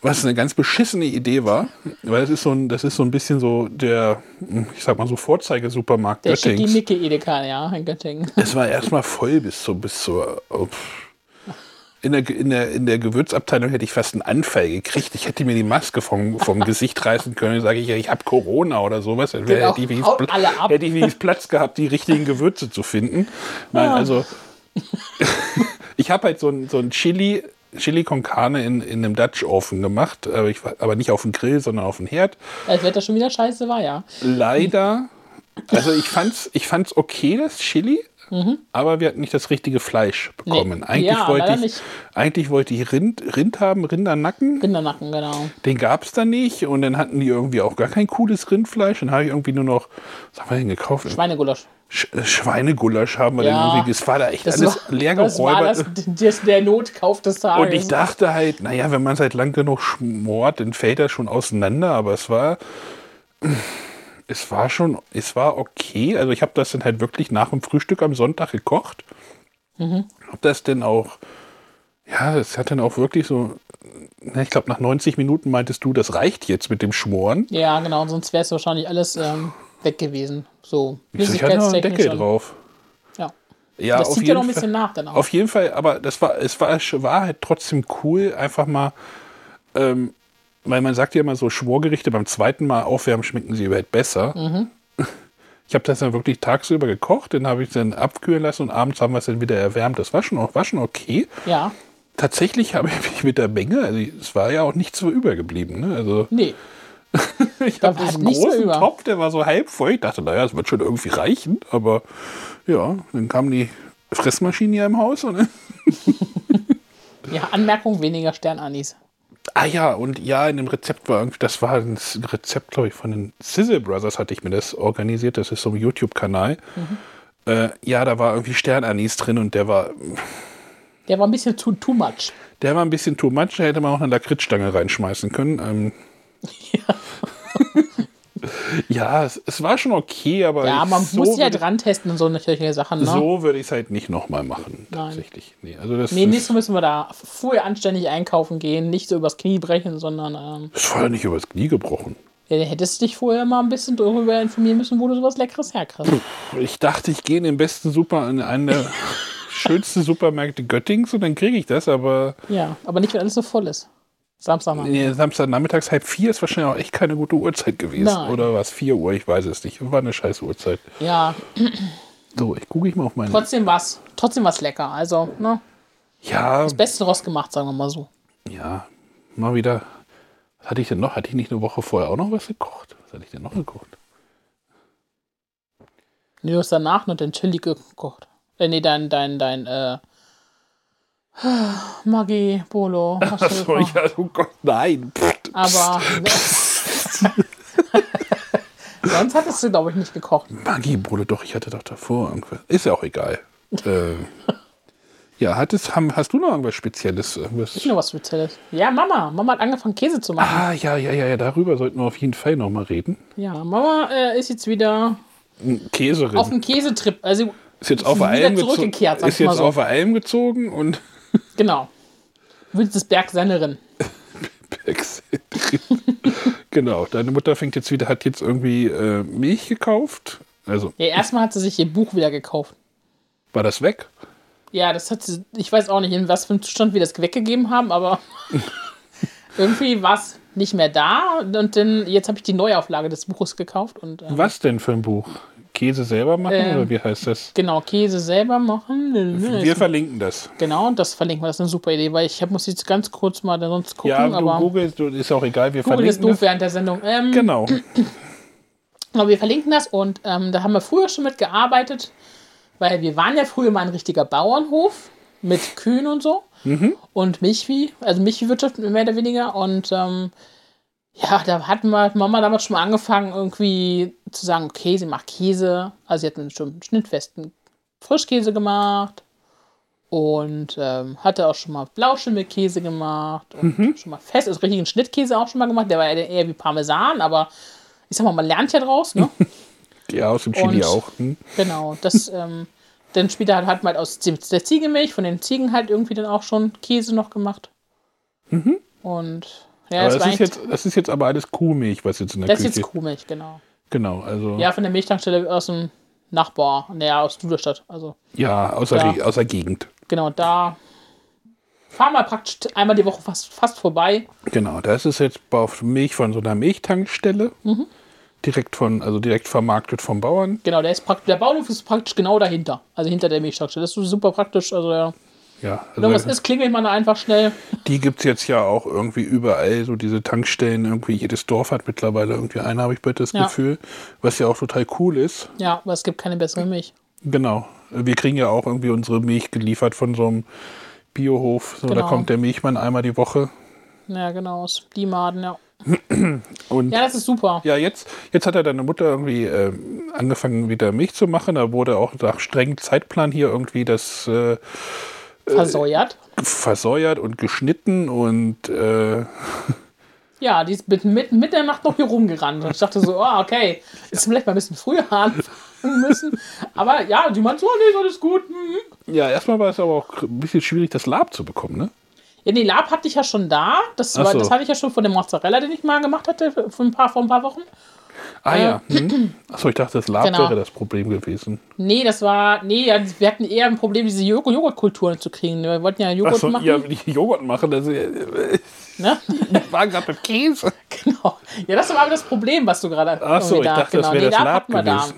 Was eine ganz beschissene Idee war, weil das ist so ein, das ist so ein bisschen so der, hm, ich sag mal so Vorzeigesupermarkt
Der schickt die
Göttings.
Nicke Edeka, ja, in Göttingen.
Es war erstmal voll bis zur, bis zur, oh, pff. in der, in, der, in der Gewürzabteilung hätte ich fast einen Anfall gekriegt. Ich hätte mir die Maske vom, vom Gesicht reißen können. Sage ich, ja, ich habe Corona oder sowas. Dann
Genau,
hätte, ich wenigstens
haut
Pla-
alle ab.
hätte ich wenigstens Platz gehabt, die richtigen Gewürze zu finden.
Ah.
Nein, also <laughs> ich habe halt so ein, so ein Chili, Chili con Carne in, in einem Dutch Oven gemacht. Aber, ich, war- aber nicht auf dem Grill, sondern auf dem Herd.
Als Wetter schon wieder scheiße war, ja.
Leider. Also ich fand's, ich fand's okay, das Chili, aber wir hatten nicht das richtige Fleisch bekommen.
Mhm. Nee.
Eigentlich,
Ja,
wollte
leider
ich,
nicht.
eigentlich wollte ich Rind, Rind haben, Rindernacken.
Rindernacken, genau.
Den gab's dann nicht und dann hatten die irgendwie auch gar kein cooles Rindfleisch. Dann habe ich irgendwie nur noch, was haben wir denn gekauft?
Schweinegulasch.
Sch äh, Schweinegulasch haben wir
Ja.
dann irgendwie. Es war da echt
Das
alles
war,
leer
das war
geräubert.
das, das, der Notkauf des Tages.
Und ich dachte halt, naja, wenn man es halt lang genug schmort, dann fällt das schon auseinander. Aber es war, es war schon, es war okay. Also ich habe das dann halt wirklich nach dem Frühstück am Sonntag gekocht. Hab das denn auch, ja, das hat dann auch wirklich so, na, ich glaube nach 90 Minuten meintest du, das reicht jetzt mit dem Schmoren.
Ja, genau, sonst wäre es wahrscheinlich alles ähm, weg gewesen. So,
Ich so, ich hatte noch einen Deckel
und-
drauf.
Ja.
Ja,
das
auf
zieht ja noch
jeden
ein
Fall.
bisschen nach dann auch.
Auf jeden Fall, aber das war, es war, es war halt trotzdem cool, einfach mal, ähm, weil man sagt ja immer so, Schworgerichte beim zweiten Mal aufwärmen schmecken sie überhaupt besser.
Mhm.
<laughs> Ich habe das dann wirklich tagsüber gekocht, dann habe ich es dann abkühlen lassen und abends haben wir es dann wieder erwärmt. Das war schon, auch- war schon okay.
Ja,
Tatsächlich habe ich mich mit der Menge, also es war ja auch nichts so übergeblieben. Ne? Also
nee.
<laughs> ich
Da
habe
war
diesen
nichts mehr
großen
über.
Topf, der war so halb voll. Ich dachte, naja, es wird schon irgendwie reichen. Aber ja, dann kam die Fressmaschine hier im Haus und
Ja, Anmerkung weniger Sternanis.
Ah ja, und ja, in dem Rezept war irgendwie, das war ein S- Rezept, glaube ich, von den Sizzle Brothers hatte ich mir das organisiert. Das ist so ein YouTube-Kanal.
Mhm.
Äh, ja, da war irgendwie Sternanis drin und der war,
Der war ein bisschen zu too much.
der war ein bisschen too much. Da hätte man auch eine Lakritzstange reinschmeißen können. Ähm, <laughs> ja, es, es war schon okay, aber
Ja,
ich-
man
so
muss sich ja
würd-
dran testen und so eine solche Sachen. Ne?
So würde ich es halt nicht nochmal machen,
Nein.
tatsächlich. Nee, also das,
nee,
ist,
nächstes Mal müssen wir da vorher anständig einkaufen gehen, nicht so übers Knie brechen, sondern ähm,
das war ja nicht übers Knie gebrochen.
ja, du hättest dich vorher mal ein bisschen darüber informieren müssen, wo du sowas Leckeres herkriegst.
Ich dachte, ich gehe in den besten Super, in einen der schönsten Supermärkte Göttings und dann kriege ich das, aber
ja, aber nicht, wenn alles so voll ist. Samstag mal.
nee, Samstagnachmittags halb vier ist wahrscheinlich auch echt keine gute Uhrzeit gewesen.
Nein.
Oder war es vier Uhr? Ich weiß es nicht. War eine scheiß Uhrzeit.
Ja,
So, ich gucke ich mal auf meine.
trotzdem was. Trotzdem was lecker. Also, ne?
ja,
Beste draus gemacht, sagen wir mal so.
ja, mal wieder. Was hatte ich denn noch? Hatte ich nicht eine Woche vorher auch noch was gekocht? Was hatte ich denn noch gekocht?
Nee, Du hast danach nur den Chili gekocht. Äh, nee, dein, dein, dein, äh. Maggi, Bolo. hast
Achso,
du gekocht. Ah.
ja, oh Gott, nein. Pfft.
Aber. <laughs> sonst hattest du, glaube ich, nicht gekocht.
Maggi-Brote, doch, ich hatte doch davor irgendwas. Ist ja auch egal. äh, ja, hattest, haben, hast du noch irgendwas Spezielles? Irgendwas?
Nicht nur was Spezielles. Ja, Mama. Mama hat angefangen, Käse zu machen.
Ah, ja, ja, ja, ja, darüber sollten wir auf jeden Fall nochmal reden.
Ja, Mama äh, ist jetzt wieder
Käserin.
auf dem Käsetrip. Also,
ist jetzt auf
wieder
der Alm gezogen.
zurückgekehrt, sag
Ist
ich mal
jetzt
so.
auf der Alm gezogen und <laughs>
genau. Wildsberg Sennerin. <laughs>
Exzentrisch. genau, deine Mutter fängt jetzt wieder, hat jetzt irgendwie äh, Milch gekauft. Also
Ja, erstmal hat sie sich ihr Buch wieder gekauft.
war das weg?
Ja, das hat sie, ich weiß auch nicht, in was für einem Zustand wir das weggegeben
<laughs>
haben, aber irgendwie war es nicht mehr da. Und dann, jetzt habe ich die Neuauflage des Buches gekauft und äh,
Was denn für ein Buch? Käse selber machen
Ähm,
oder wie heißt das?
genau, Käse selber machen.
Wir verlinken das.
Genau, das verlinken wir, das ist eine super Idee, weil ich hab, muss jetzt ganz kurz mal dann sonst gucken,
ja, du
aber
googelst, du- ist auch egal, wir
Google ist
verlinken ne?
doof
das.
während der Sendung. Ähm,
Genau.
Aber wir verlinken das und ähm, da haben wir früher schon mit gearbeitet, weil wir waren ja früher mal ein richtiger Bauernhof mit Kühen und so und Milchvieh, also Milchviehwirtschaft mehr oder weniger und ähm, ja, da hat ma- Mama damals schon mal angefangen, irgendwie zu sagen, okay, sie macht Käse. Also sie hat einen bestimmten schnittfesten Frischkäse gemacht und ähm, hatte auch schon mal Blauschimmelkäse gemacht und schon mal fest, also richtigen Schnittkäse auch schon mal gemacht. Der war eher eher wie Parmesan, aber ich sag mal, man lernt ja
<laughs>
draus, ne?
Ja, aus dem Chili
Und-
auch. Hm?
Genau, das, ähm, dann später hat, hat man halt aus Zie- der Ziegenmilch von den Ziegen halt irgendwie dann auch schon Käse noch gemacht. Und ja,
Mhm. aber
das,
das
war
ist,
eigentlich,
jetzt, das ist jetzt aber alles Kuhmilch, was jetzt in der
das ist
Küche
jetzt Kuhmilch, genau.
Genau, also ja,
Ja, von der Milchtankstelle aus dem Nachbar, naja, aus Duderstadt. Also
außer,
Ja.
Re- außer Gegend.
genau, da fahren wir praktisch einmal die Woche fast, fast vorbei.
Genau, das ist jetzt auf Milch von so einer Milchtankstelle.
Mhm.
Direkt von, also direkt vermarktet vom Bauern.
Genau, der, ist praktisch, der Bauernhof ist praktisch genau dahinter, also hinter der Milchtankstelle. Das ist super praktisch. Also, ja.
Ja,
wenn was
also
ist, klingelt man da einfach schnell.
die gibt es jetzt ja auch irgendwie überall, so diese Tankstellen, irgendwie jedes Dorf hat mittlerweile irgendwie eine, habe ich bald das
Ja.
Gefühl, was ja auch total cool ist.
Ja, aber es gibt keine bessere Milch.
Genau, wir kriegen ja auch irgendwie unsere Milch geliefert von so einem Biohof, so, da
Genau.
kommt der Milchmann einmal die Woche.
Ja, genau, aus Blimaden, ja.
<clears throat> Und
Ja,
ja,
das ist super. jetzt.
jetzt hat ja deine Mutter irgendwie ähm, angefangen, wieder Milch zu machen, da wurde auch nach strengem Zeitplan hier irgendwie das äh,
Versäuert.
versäuert und geschnitten und äh,
Ja, die ist mit, mit Mitternacht noch hier rumgerannt. Und ich dachte so, ah, okay, ist vielleicht mal ein bisschen früher <laughs> anfangen müssen. Aber ja, die meint so, nee, ist alles gut. Mhm.
ja, erstmal war es aber auch ein bisschen schwierig, das Lab zu bekommen, ne?
Ja, den Lab hatte ich ja schon da. Das,
Ach
war,
so.
das hatte ich ja schon von dem Mozzarella, den ich mal gemacht hatte, vor ein paar, vor ein paar Wochen.
Ah
Äh,
ja. Hm. Achso, ich dachte, das Lab
Genau.
wäre das Problem gewesen.
Nee, das war, nee, ja, wir hatten eher ein Problem, diese Joghurt- Joghurtkulturen zu kriegen. Wir wollten ja Joghurt
Achso,
machen.
ja, wenn ich Joghurt mache, das äh,
Ne? <laughs>
ich war gerade beim Käse.
Genau. Ja, das war aber das Problem, was du gerade
Achso,
irgendwie
ich dachte, das wäre
Nee,
das
da
Lab
hatten wir da.
gewesen.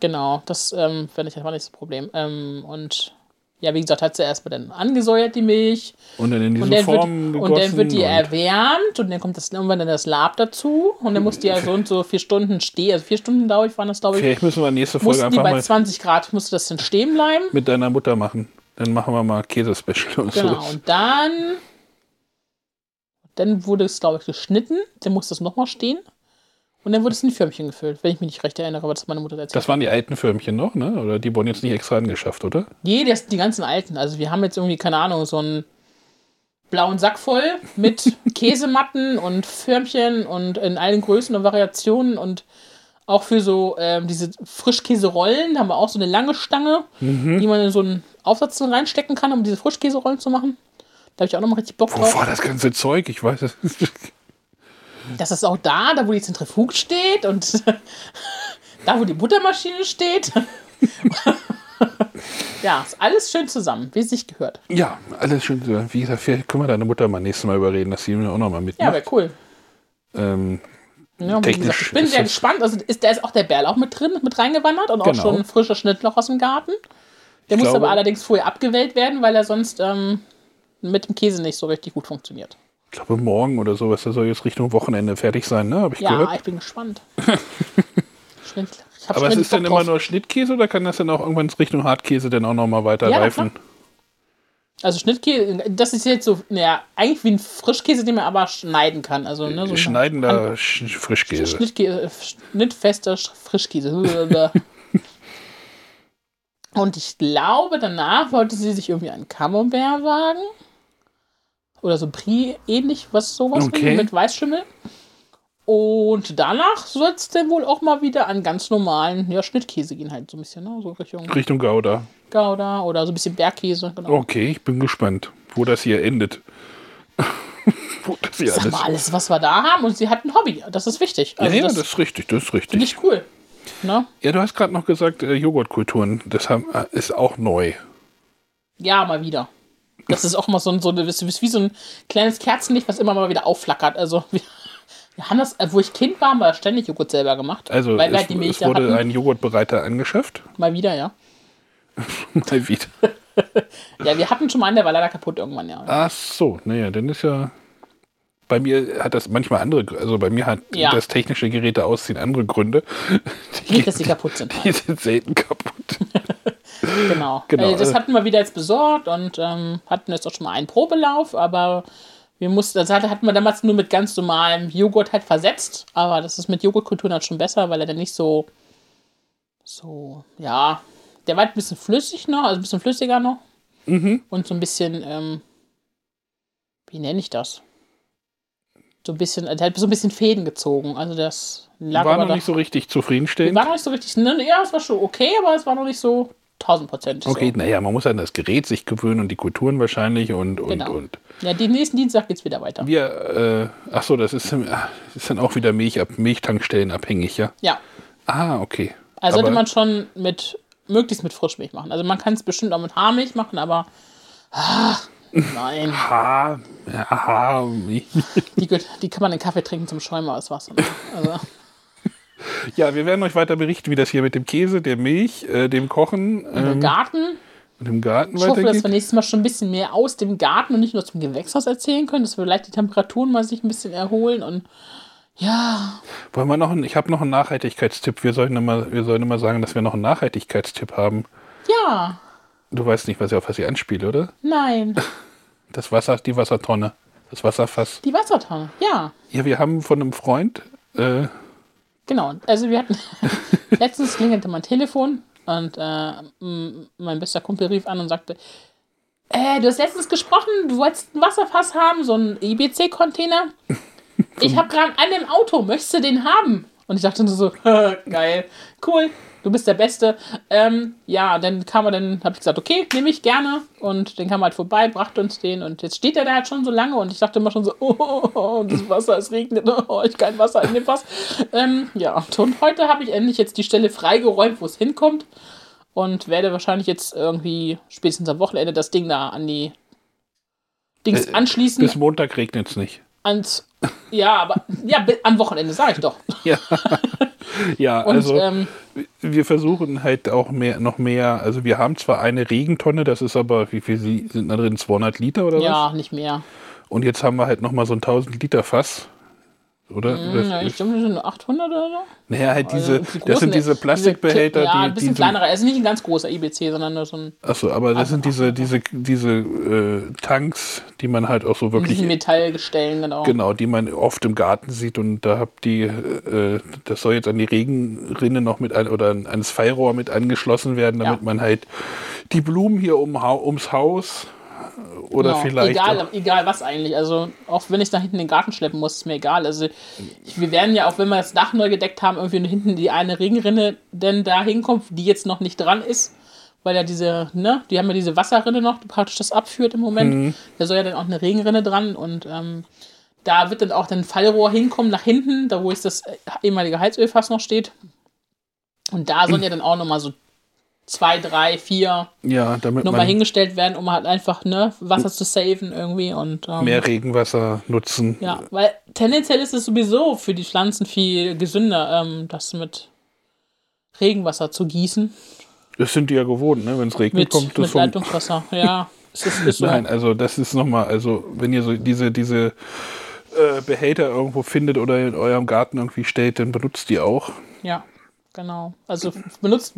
Genau, das ähm, fände ich einfach nicht das Problem. Ähm, und ja, wie gesagt, hat sie erstmal dann angesäuert, die Milch.
Und dann in
Und
diesen
dann, wird,
Formen gegossen.
und dann wird die
und-
erwärmt und dann kommt das irgendwann dann das Lab dazu. Und dann muss die ja so und so vier Stunden stehen. Also vier Stunden, glaube ich, waren das, glaube ich.
Vielleicht müssen wir nächste Folge
Mussten die
einfach
bei
mal
20 Grad, musste das dann stehen bleiben.
mit deiner Mutter machen. Dann machen wir mal Käse-Special und
Genau,
so.
und dann. Dann wurde es, glaube ich, geschnitten. Dann musste es nochmal stehen. Und dann wurde es in Förmchen gefüllt, wenn ich mich nicht recht erinnere, aber das hat meine Mutter erzählt.
Das waren die alten Förmchen noch, ne? Oder die wurden jetzt nicht extra angeschafft, oder?
Nee, das, die ganzen alten. Also wir haben jetzt irgendwie, keine Ahnung, so einen blauen Sack voll mit Käsematten und Förmchen und in allen Größen und Variationen und auch für so ähm, diese Frischkäserollen haben wir auch so eine lange Stange, die man in so einen Aufsatz dann reinstecken kann, um diese Frischkäserollen zu machen. Da habe ich auch nochmal richtig Bock drauf.
Wo war das ganze Zeug? Ich weiß es nicht.
Das ist auch da, da wo die Zentrifug steht und <laughs> da wo die Buttermaschine steht. <laughs> ja, ist alles schön zusammen, wie es sich gehört.
Ja, alles schön. so. Wie gesagt, vielleicht können wir deine Mutter mal nächstes Mal überreden, dass sie mir auch nochmal
Ja,
mitmacht.
wäre cool.
ähm,
Ja, Ne, wie
Technisch
gesagt, ich bin
ist
sehr
das-
gespannt. Also ist, da ist auch der Bärl auch mit drin, mit reingewandert und auch
Genau.
schon ein frischer Schnittloch aus dem Garten. Der
Ich
muss
glaube-
aber allerdings vorher abgewählt werden, weil er sonst ähm, mit dem Käse nicht so richtig gut funktioniert.
ich glaube, morgen oder sowas, das soll jetzt Richtung Wochenende fertig sein, ne? Habe ich
Ja,
gehört.
ich
<laughs>
bin gespannt. Schnitt, ich hab
Aber es
schon
ist dann
Bock
immer
drauf.
nur Schnittkäse oder kann das dann auch irgendwann Richtung Hartkäse dann auch nochmal weiter
Ja,
reifen?
klar. Also Schnittkäse, das ist jetzt so, naja, eigentlich wie ein Frischkäse, den man aber schneiden kann. Also, ne, so ein
Äh, Schneidender Sch- Frischkäse.
Schnittkäse, schnittfester Sch- Frischkäse. <laughs> Und ich glaube, danach wollte sie sich irgendwie an Camembert wagen. Oder so Brie ähnlich, was sowas
Okay.
wie mit Weißschimmel. Und danach soll es denn wohl auch mal wieder an ganz normalen ja, Schnittkäse gehen, halt so ein bisschen, ne? So Richtung
Richtung Gouda.
Gouda oder so ein bisschen Bergkäse. Genau.
Okay, ich bin gespannt, wo das hier endet. <laughs> wo das hier
Sag
alles.
mal, alles, was wir da haben. Und sie hat ein Hobby. Das ist wichtig.
Ja,
Also
ja,
das
das ist richtig, das ist richtig.
finde ich cool. Ne?
Ja, du hast gerade noch gesagt, äh, Joghurtkulturen, das haben, äh, ist auch neu.
Ja, mal wieder. Das ist auch mal so ein, so eine, das ist wie so ein kleines Kerzenlicht, was immer mal wieder aufflackert. Also wir, wir haben das, äh, wo ich Kind war, haben wir ständig Joghurt selber gemacht.
Also
weil wir
es,
halt die Milch
es
da
wurde
hatten.
ein Joghurtbereiter angeschafft.
Mal wieder, ja.
Mal wieder.
Ja, wir hatten schon mal einen, der war leider kaputt
<laughs>
irgendwann, ja.
Ach so, naja, dann ist ja. Bei mir hat das manchmal andere, Gr- also bei mir hat
Ja.
das technische Geräte ausziehen andere
<laughs>
Gründe. Die,
Nicht, dass die kaputt sind.
die sind selten kaputt.
Genau.
<laughs> Genau,
Äh, das
also-
hatten wir wieder jetzt besorgt und ähm, hatten jetzt auch schon mal einen Probelauf, aber wir mussten, das hatte- hatten wir damals nur mit ganz normalem Joghurt halt versetzt, aber das ist mit Joghurtkulturen halt schon besser, weil er dann nicht so, so, ja, der war halt ein bisschen flüssig noch, also ein bisschen flüssiger noch
Mhm.
und so ein bisschen, ähm, wie nenne ich das? So ein bisschen, der hat so ein bisschen Fäden gezogen, also das lag
War
aber
noch
da-
nicht so richtig
war
zufriedenstellend.
noch nicht so richtig, ne, ja, es war schon okay, aber es war noch nicht so 1000%.
Okay,
So.
naja, man muss an das Gerät sich gewöhnen und die Kulturen wahrscheinlich und und
Genau.
und.
Ja, den nächsten Dienstag geht's wieder weiter.
Wir, äh, ach so, das ist, ah, ist dann auch wieder Milch, ab- Milchtankstellen abhängig, ja?
Ja,
Ah, okay.
also sollte
Aber-
man schon mit, möglichst mit Frischmilch machen. Also man kann es bestimmt auch mit Haarmilch machen, aber ach, nein,
Ha, ha,
die, gehört- die kann man in Kaffee trinken zum Schäumen aus Wasser. ne? Also,
<laughs> ja, wir werden euch weiter berichten, wie das hier mit dem Käse, der Milch, äh, dem Kochen
im
ähm,
Garten.
und dem Garten
Ich hoffe, dass wir
weitergeht.
nächstes Mal schon ein bisschen mehr aus dem Garten und nicht nur zum Gewächshaus erzählen können, dass wir vielleicht die Temperaturen mal sich ein bisschen erholen und ja,
Wollen wir noch einen, ich habe noch einen Nachhaltigkeitstipp. Wir sollten immer, wir sollten immer sagen, dass wir noch einen Nachhaltigkeitstipp haben.
ja,
Du weißt nicht, was ich auf was ich anspiele, oder?
nein,
Das Wasser, die Wassertonne, das Wasserfass.
die Wassertonne, ja.
Ja, wir haben von einem Freund, äh,
Genau, also wir hatten <laughs> letztens klingelte mein Telefon und äh, m- mein bester Kumpel rief an und sagte, äh, du hast letztens gesprochen, du wolltest ein Wasserfass haben, so E einen IBC-Container. Ich habe gerade einen im Auto, möchtest du den haben? Und ich dachte nur so, <laughs> geil, cool, du bist der Beste. Ähm, ja, dann kam er dann, habe ich gesagt, okay, nehme ich gerne. Und dann kam er halt vorbei, brachte uns den und jetzt steht er da halt schon so lange und ich dachte immer schon so, <laughs> oh, oh, oh das Wasser, es regnet, <laughs> oh, ich kein Wasser in dem Fass. Ähm, ja, und heute habe ich endlich jetzt die Stelle freigeräumt, wo es hinkommt und werde wahrscheinlich jetzt irgendwie spätestens am Wochenende das Ding da an die Dings anschließen,
bis Montag regnet es nicht.
ans, ja, aber ja, bi- am Wochenende sage ich doch.
Ja, ja
Und
also
ähm,
wir versuchen halt auch mehr, noch mehr. Also wir haben zwar eine Regentonne, das ist aber, wie viel sie- sind da drin? 200 Liter oder was?
ja, nicht mehr.
Und jetzt haben wir halt nochmal so ein 1000 Liter Fass. Oder? Das
Mhm, Ja, ich
ist-
glaube, das sind nur 800 oder so.
naja, halt diese,
Also, die
das
großen-
sind diese Plastikbehälter,
Ja, ein
die,
bisschen
die so,
kleinerer. Also nicht ein ganz großer IBC, sondern nur so ein
achso, aber
Also
das sind diese, diese, diese äh, Tanks, die man halt auch so wirklich,
bisschen Metallgestellen, genau.
genau, die man oft im Garten sieht und da habt die, äh, das soll jetzt an die Regenrinne noch mit an, oder an- ans Fallrohr mit angeschlossen werden, damit
Ja.
man halt die Blumen hier um, Hau- ums Haus äh, oder
Genau.
vielleicht
Egal, egal was eigentlich. Also auch wenn ich nach hinten in den Garten schleppen muss, ist mir egal. Also ich, wir werden ja auch, wenn wir das Dach neu gedeckt haben, irgendwie nur hinten die eine Regenrinne denn da hinkommt, die jetzt noch nicht dran ist. Weil ja diese, ne, die haben ja diese Wasserrinne noch, die praktisch das abführt im Moment.
Mhm.
Da soll ja dann auch eine Regenrinne dran und ähm, da wird dann auch ein Fallrohr hinkommen nach hinten, da wo jetzt das äh, ehemalige Heizölfass noch steht. Und da sollen ja dann auch nochmal so zwei, drei, vier
ja, damit
nochmal
man
hingestellt werden, um halt einfach ne, Wasser zu saven irgendwie und ähm,
mehr Regenwasser nutzen
ja, weil tendenziell ist es sowieso für die Pflanzen viel gesünder, ähm, das mit Regenwasser zu gießen
Das sind die ja gewohnt, ne? Wenn es regnet,
mit,
kommt das
mit
vom.
Leitungswasser.
<laughs>
Ja, es ist, ist so.
Nein, also das ist nochmal, also wenn ihr so diese, diese äh, Behälter irgendwo findet oder in eurem Garten irgendwie stellt, dann benutzt die auch.
Ja, genau. Also benutzt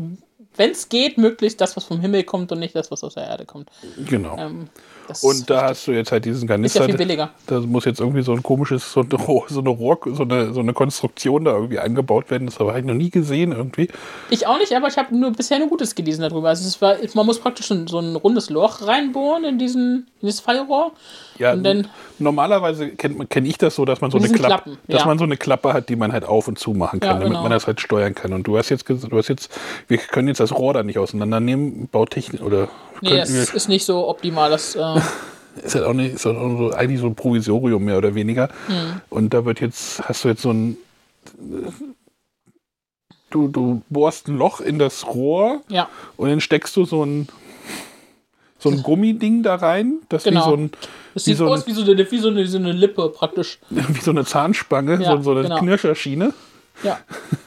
wenn es geht, möglichst das, was vom Himmel kommt und nicht das, was aus der Erde kommt.
Genau.
Ähm, das
Und da hast du jetzt halt diesen Kanister.
viel billiger.
Da muss jetzt irgendwie so ein komisches, so eine, Rohr- so eine Rohr, so eine, so eine Konstruktion da irgendwie eingebaut werden. Das habe ich noch nie gesehen irgendwie.
ich auch nicht, aber ich habe nur bisher nur Gutes gelesen darüber. Also es war, man muss praktisch schon so ein rundes Loch reinbohren in diesen in dieses Fallrohr.
Ja,
Und dann-
normalerweise kennt man, kenne ich das so, dass man so
Mit
eine
diesen
Klappe,
Klappen,
dass
ja.
man so eine Klappe hat, die man halt auf und zu machen kann,
Ja,
damit
genau.
man das halt steuern kann. Und du hast jetzt, ges- du hast jetzt, wir können jetzt das Rohr da nicht auseinandernehmen, Bautechnik oder
Nee,
können
es
wir-
ist nicht so optimal. Das,
<laughs>
äh,
ist halt auch nicht, ist halt auch so, eigentlich so ein Provisorium mehr oder weniger.
Hm.
Und da wird jetzt, hast du jetzt so ein, du, du bohrst ein Loch in das Rohr
ja,
und dann steckst du so ein, so ein Gummiding da rein, das
Genau.
wie so ein,
es
wie
sieht
so, ein,
aus wie so, eine, wie, so eine, so eine Lippe praktisch.
<laughs> wie so eine Zahnspange,
Ja,
so, so eine
genau.
Knirscherschiene. <laughs>
Ja,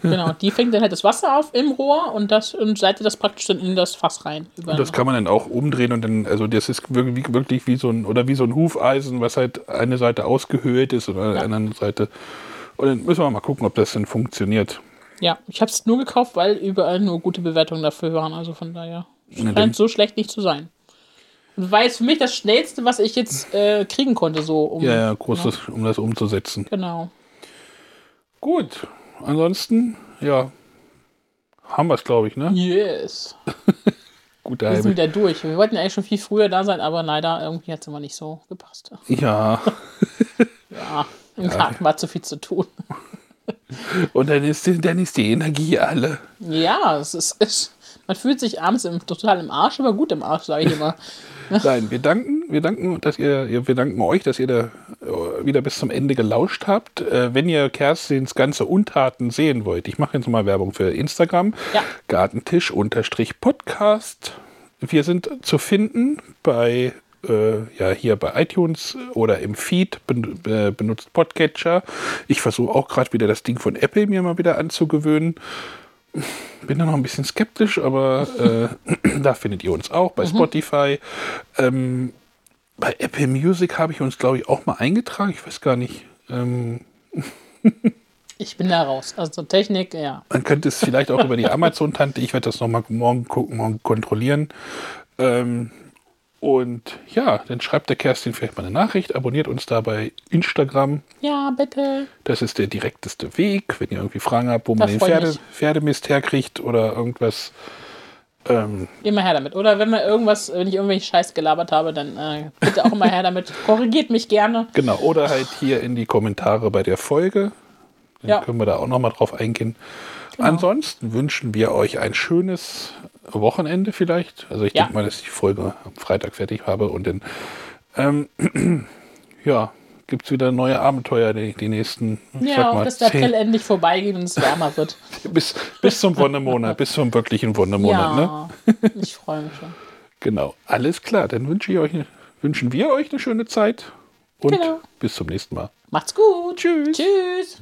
genau. Die fängt dann halt das Wasser auf im Rohr und, das, und leitet das praktisch dann in das Fass rein. Über
Das kann man dann auch umdrehen und dann, also das ist wirklich, wirklich wie so ein, oder wie so ein Hufeisen, was halt eine Seite ausgehöhlt ist oder eine andere Seite. Und dann müssen wir mal gucken, ob das denn funktioniert.
ja, ich habe es nur gekauft, weil überall nur gute Bewertungen dafür waren. Also von daher
Na, dann-
scheint so schlecht nicht zu sein. Und war jetzt für mich das Schnellste, was ich jetzt äh, kriegen konnte, so um.
Ja, ja, großes, um das umzusetzen.
Genau.
Gut, ansonsten, ja, haben wir es, glaube ich, ne?
Yes.
Gut,
Wir sind
daheim.
wieder durch. Wir wollten eigentlich schon viel früher da sein, aber leider irgendwie hat es immer nicht so gepasst.
Ja,
Ja, im Garten war zu viel zu tun.
und dann ist, die, dann ist die Energie alle.
Ja, es ist, es, man fühlt sich abends im, total im Arsch, aber gut im Arsch, sage ich immer.
Nein, wir danken, wir danken, dass ihr, ihr- wir danken euch, dass ihr da äh, wieder bis zum Ende gelauscht habt. Äh, wenn ihr Kerstins ganze Untaten sehen wollt, ich mache jetzt mal Werbung für Instagram.
Ja.
Gartentisch-Podcast. Wir sind zu finden bei äh, ja, hier bei iTunes oder im Feed ben, äh, benutzt Podcatcher. Ich versuche auch gerade wieder das Ding von Apple mir mal wieder anzugewöhnen. Bin da noch ein bisschen skeptisch, aber äh, <clears throat> da findet ihr uns auch bei Spotify. Ähm, bei Apple Music habe ich uns, glaube ich, auch mal eingetragen. Ich weiß gar nicht. Ähm,
Ich bin da raus. Also zur Technik, ja.
man könnte es vielleicht auch über
<laughs>
die Amazon-Tante. Ich werde das nochmal morgen gucken, morgen kontrollieren. Ähm, und ja, dann schreibt der Kerstin vielleicht mal eine Nachricht, abonniert uns da bei Instagram.
Ja, bitte.
Das ist der direkteste Weg, wenn ihr irgendwie Fragen habt, wo man
Da
den
freu ich
Pferde,
mich.
Pferdemist herkriegt oder irgendwas. Ähm,
Immer her damit. Oder wenn wir irgendwas, wenn ich irgendwelchen Scheiß gelabert habe, dann äh, bitte auch immer her
<laughs>
damit. Korrigiert mich gerne.
Genau, oder halt hier in die Kommentare bei der Folge. Dann
Ja. Genau.
können wir da auch nochmal drauf eingehen. Ansonsten wünschen wir euch ein schönes Wochenende vielleicht. Also ich
Ja.
denke mal, dass ich die Folge am Freitag fertig habe und dann ähm, <clears throat> ja, gibt es wieder neue Abenteuer die, die nächsten ich
Ja,
sag
und
mal,
dass der April
zehn,
endlich vorbeigeht und es wärmer wird.
bis, bis zum Wonnemonat, bis zum wirklichen Wonnemonat. Ne?
ja, ich freue mich schon.
Genau, alles klar. Dann wünsche ich euch, wünschen wir euch eine schöne Zeit und
Genau.
bis zum nächsten Mal.
Macht's gut.
Tschüss.
Tschüss.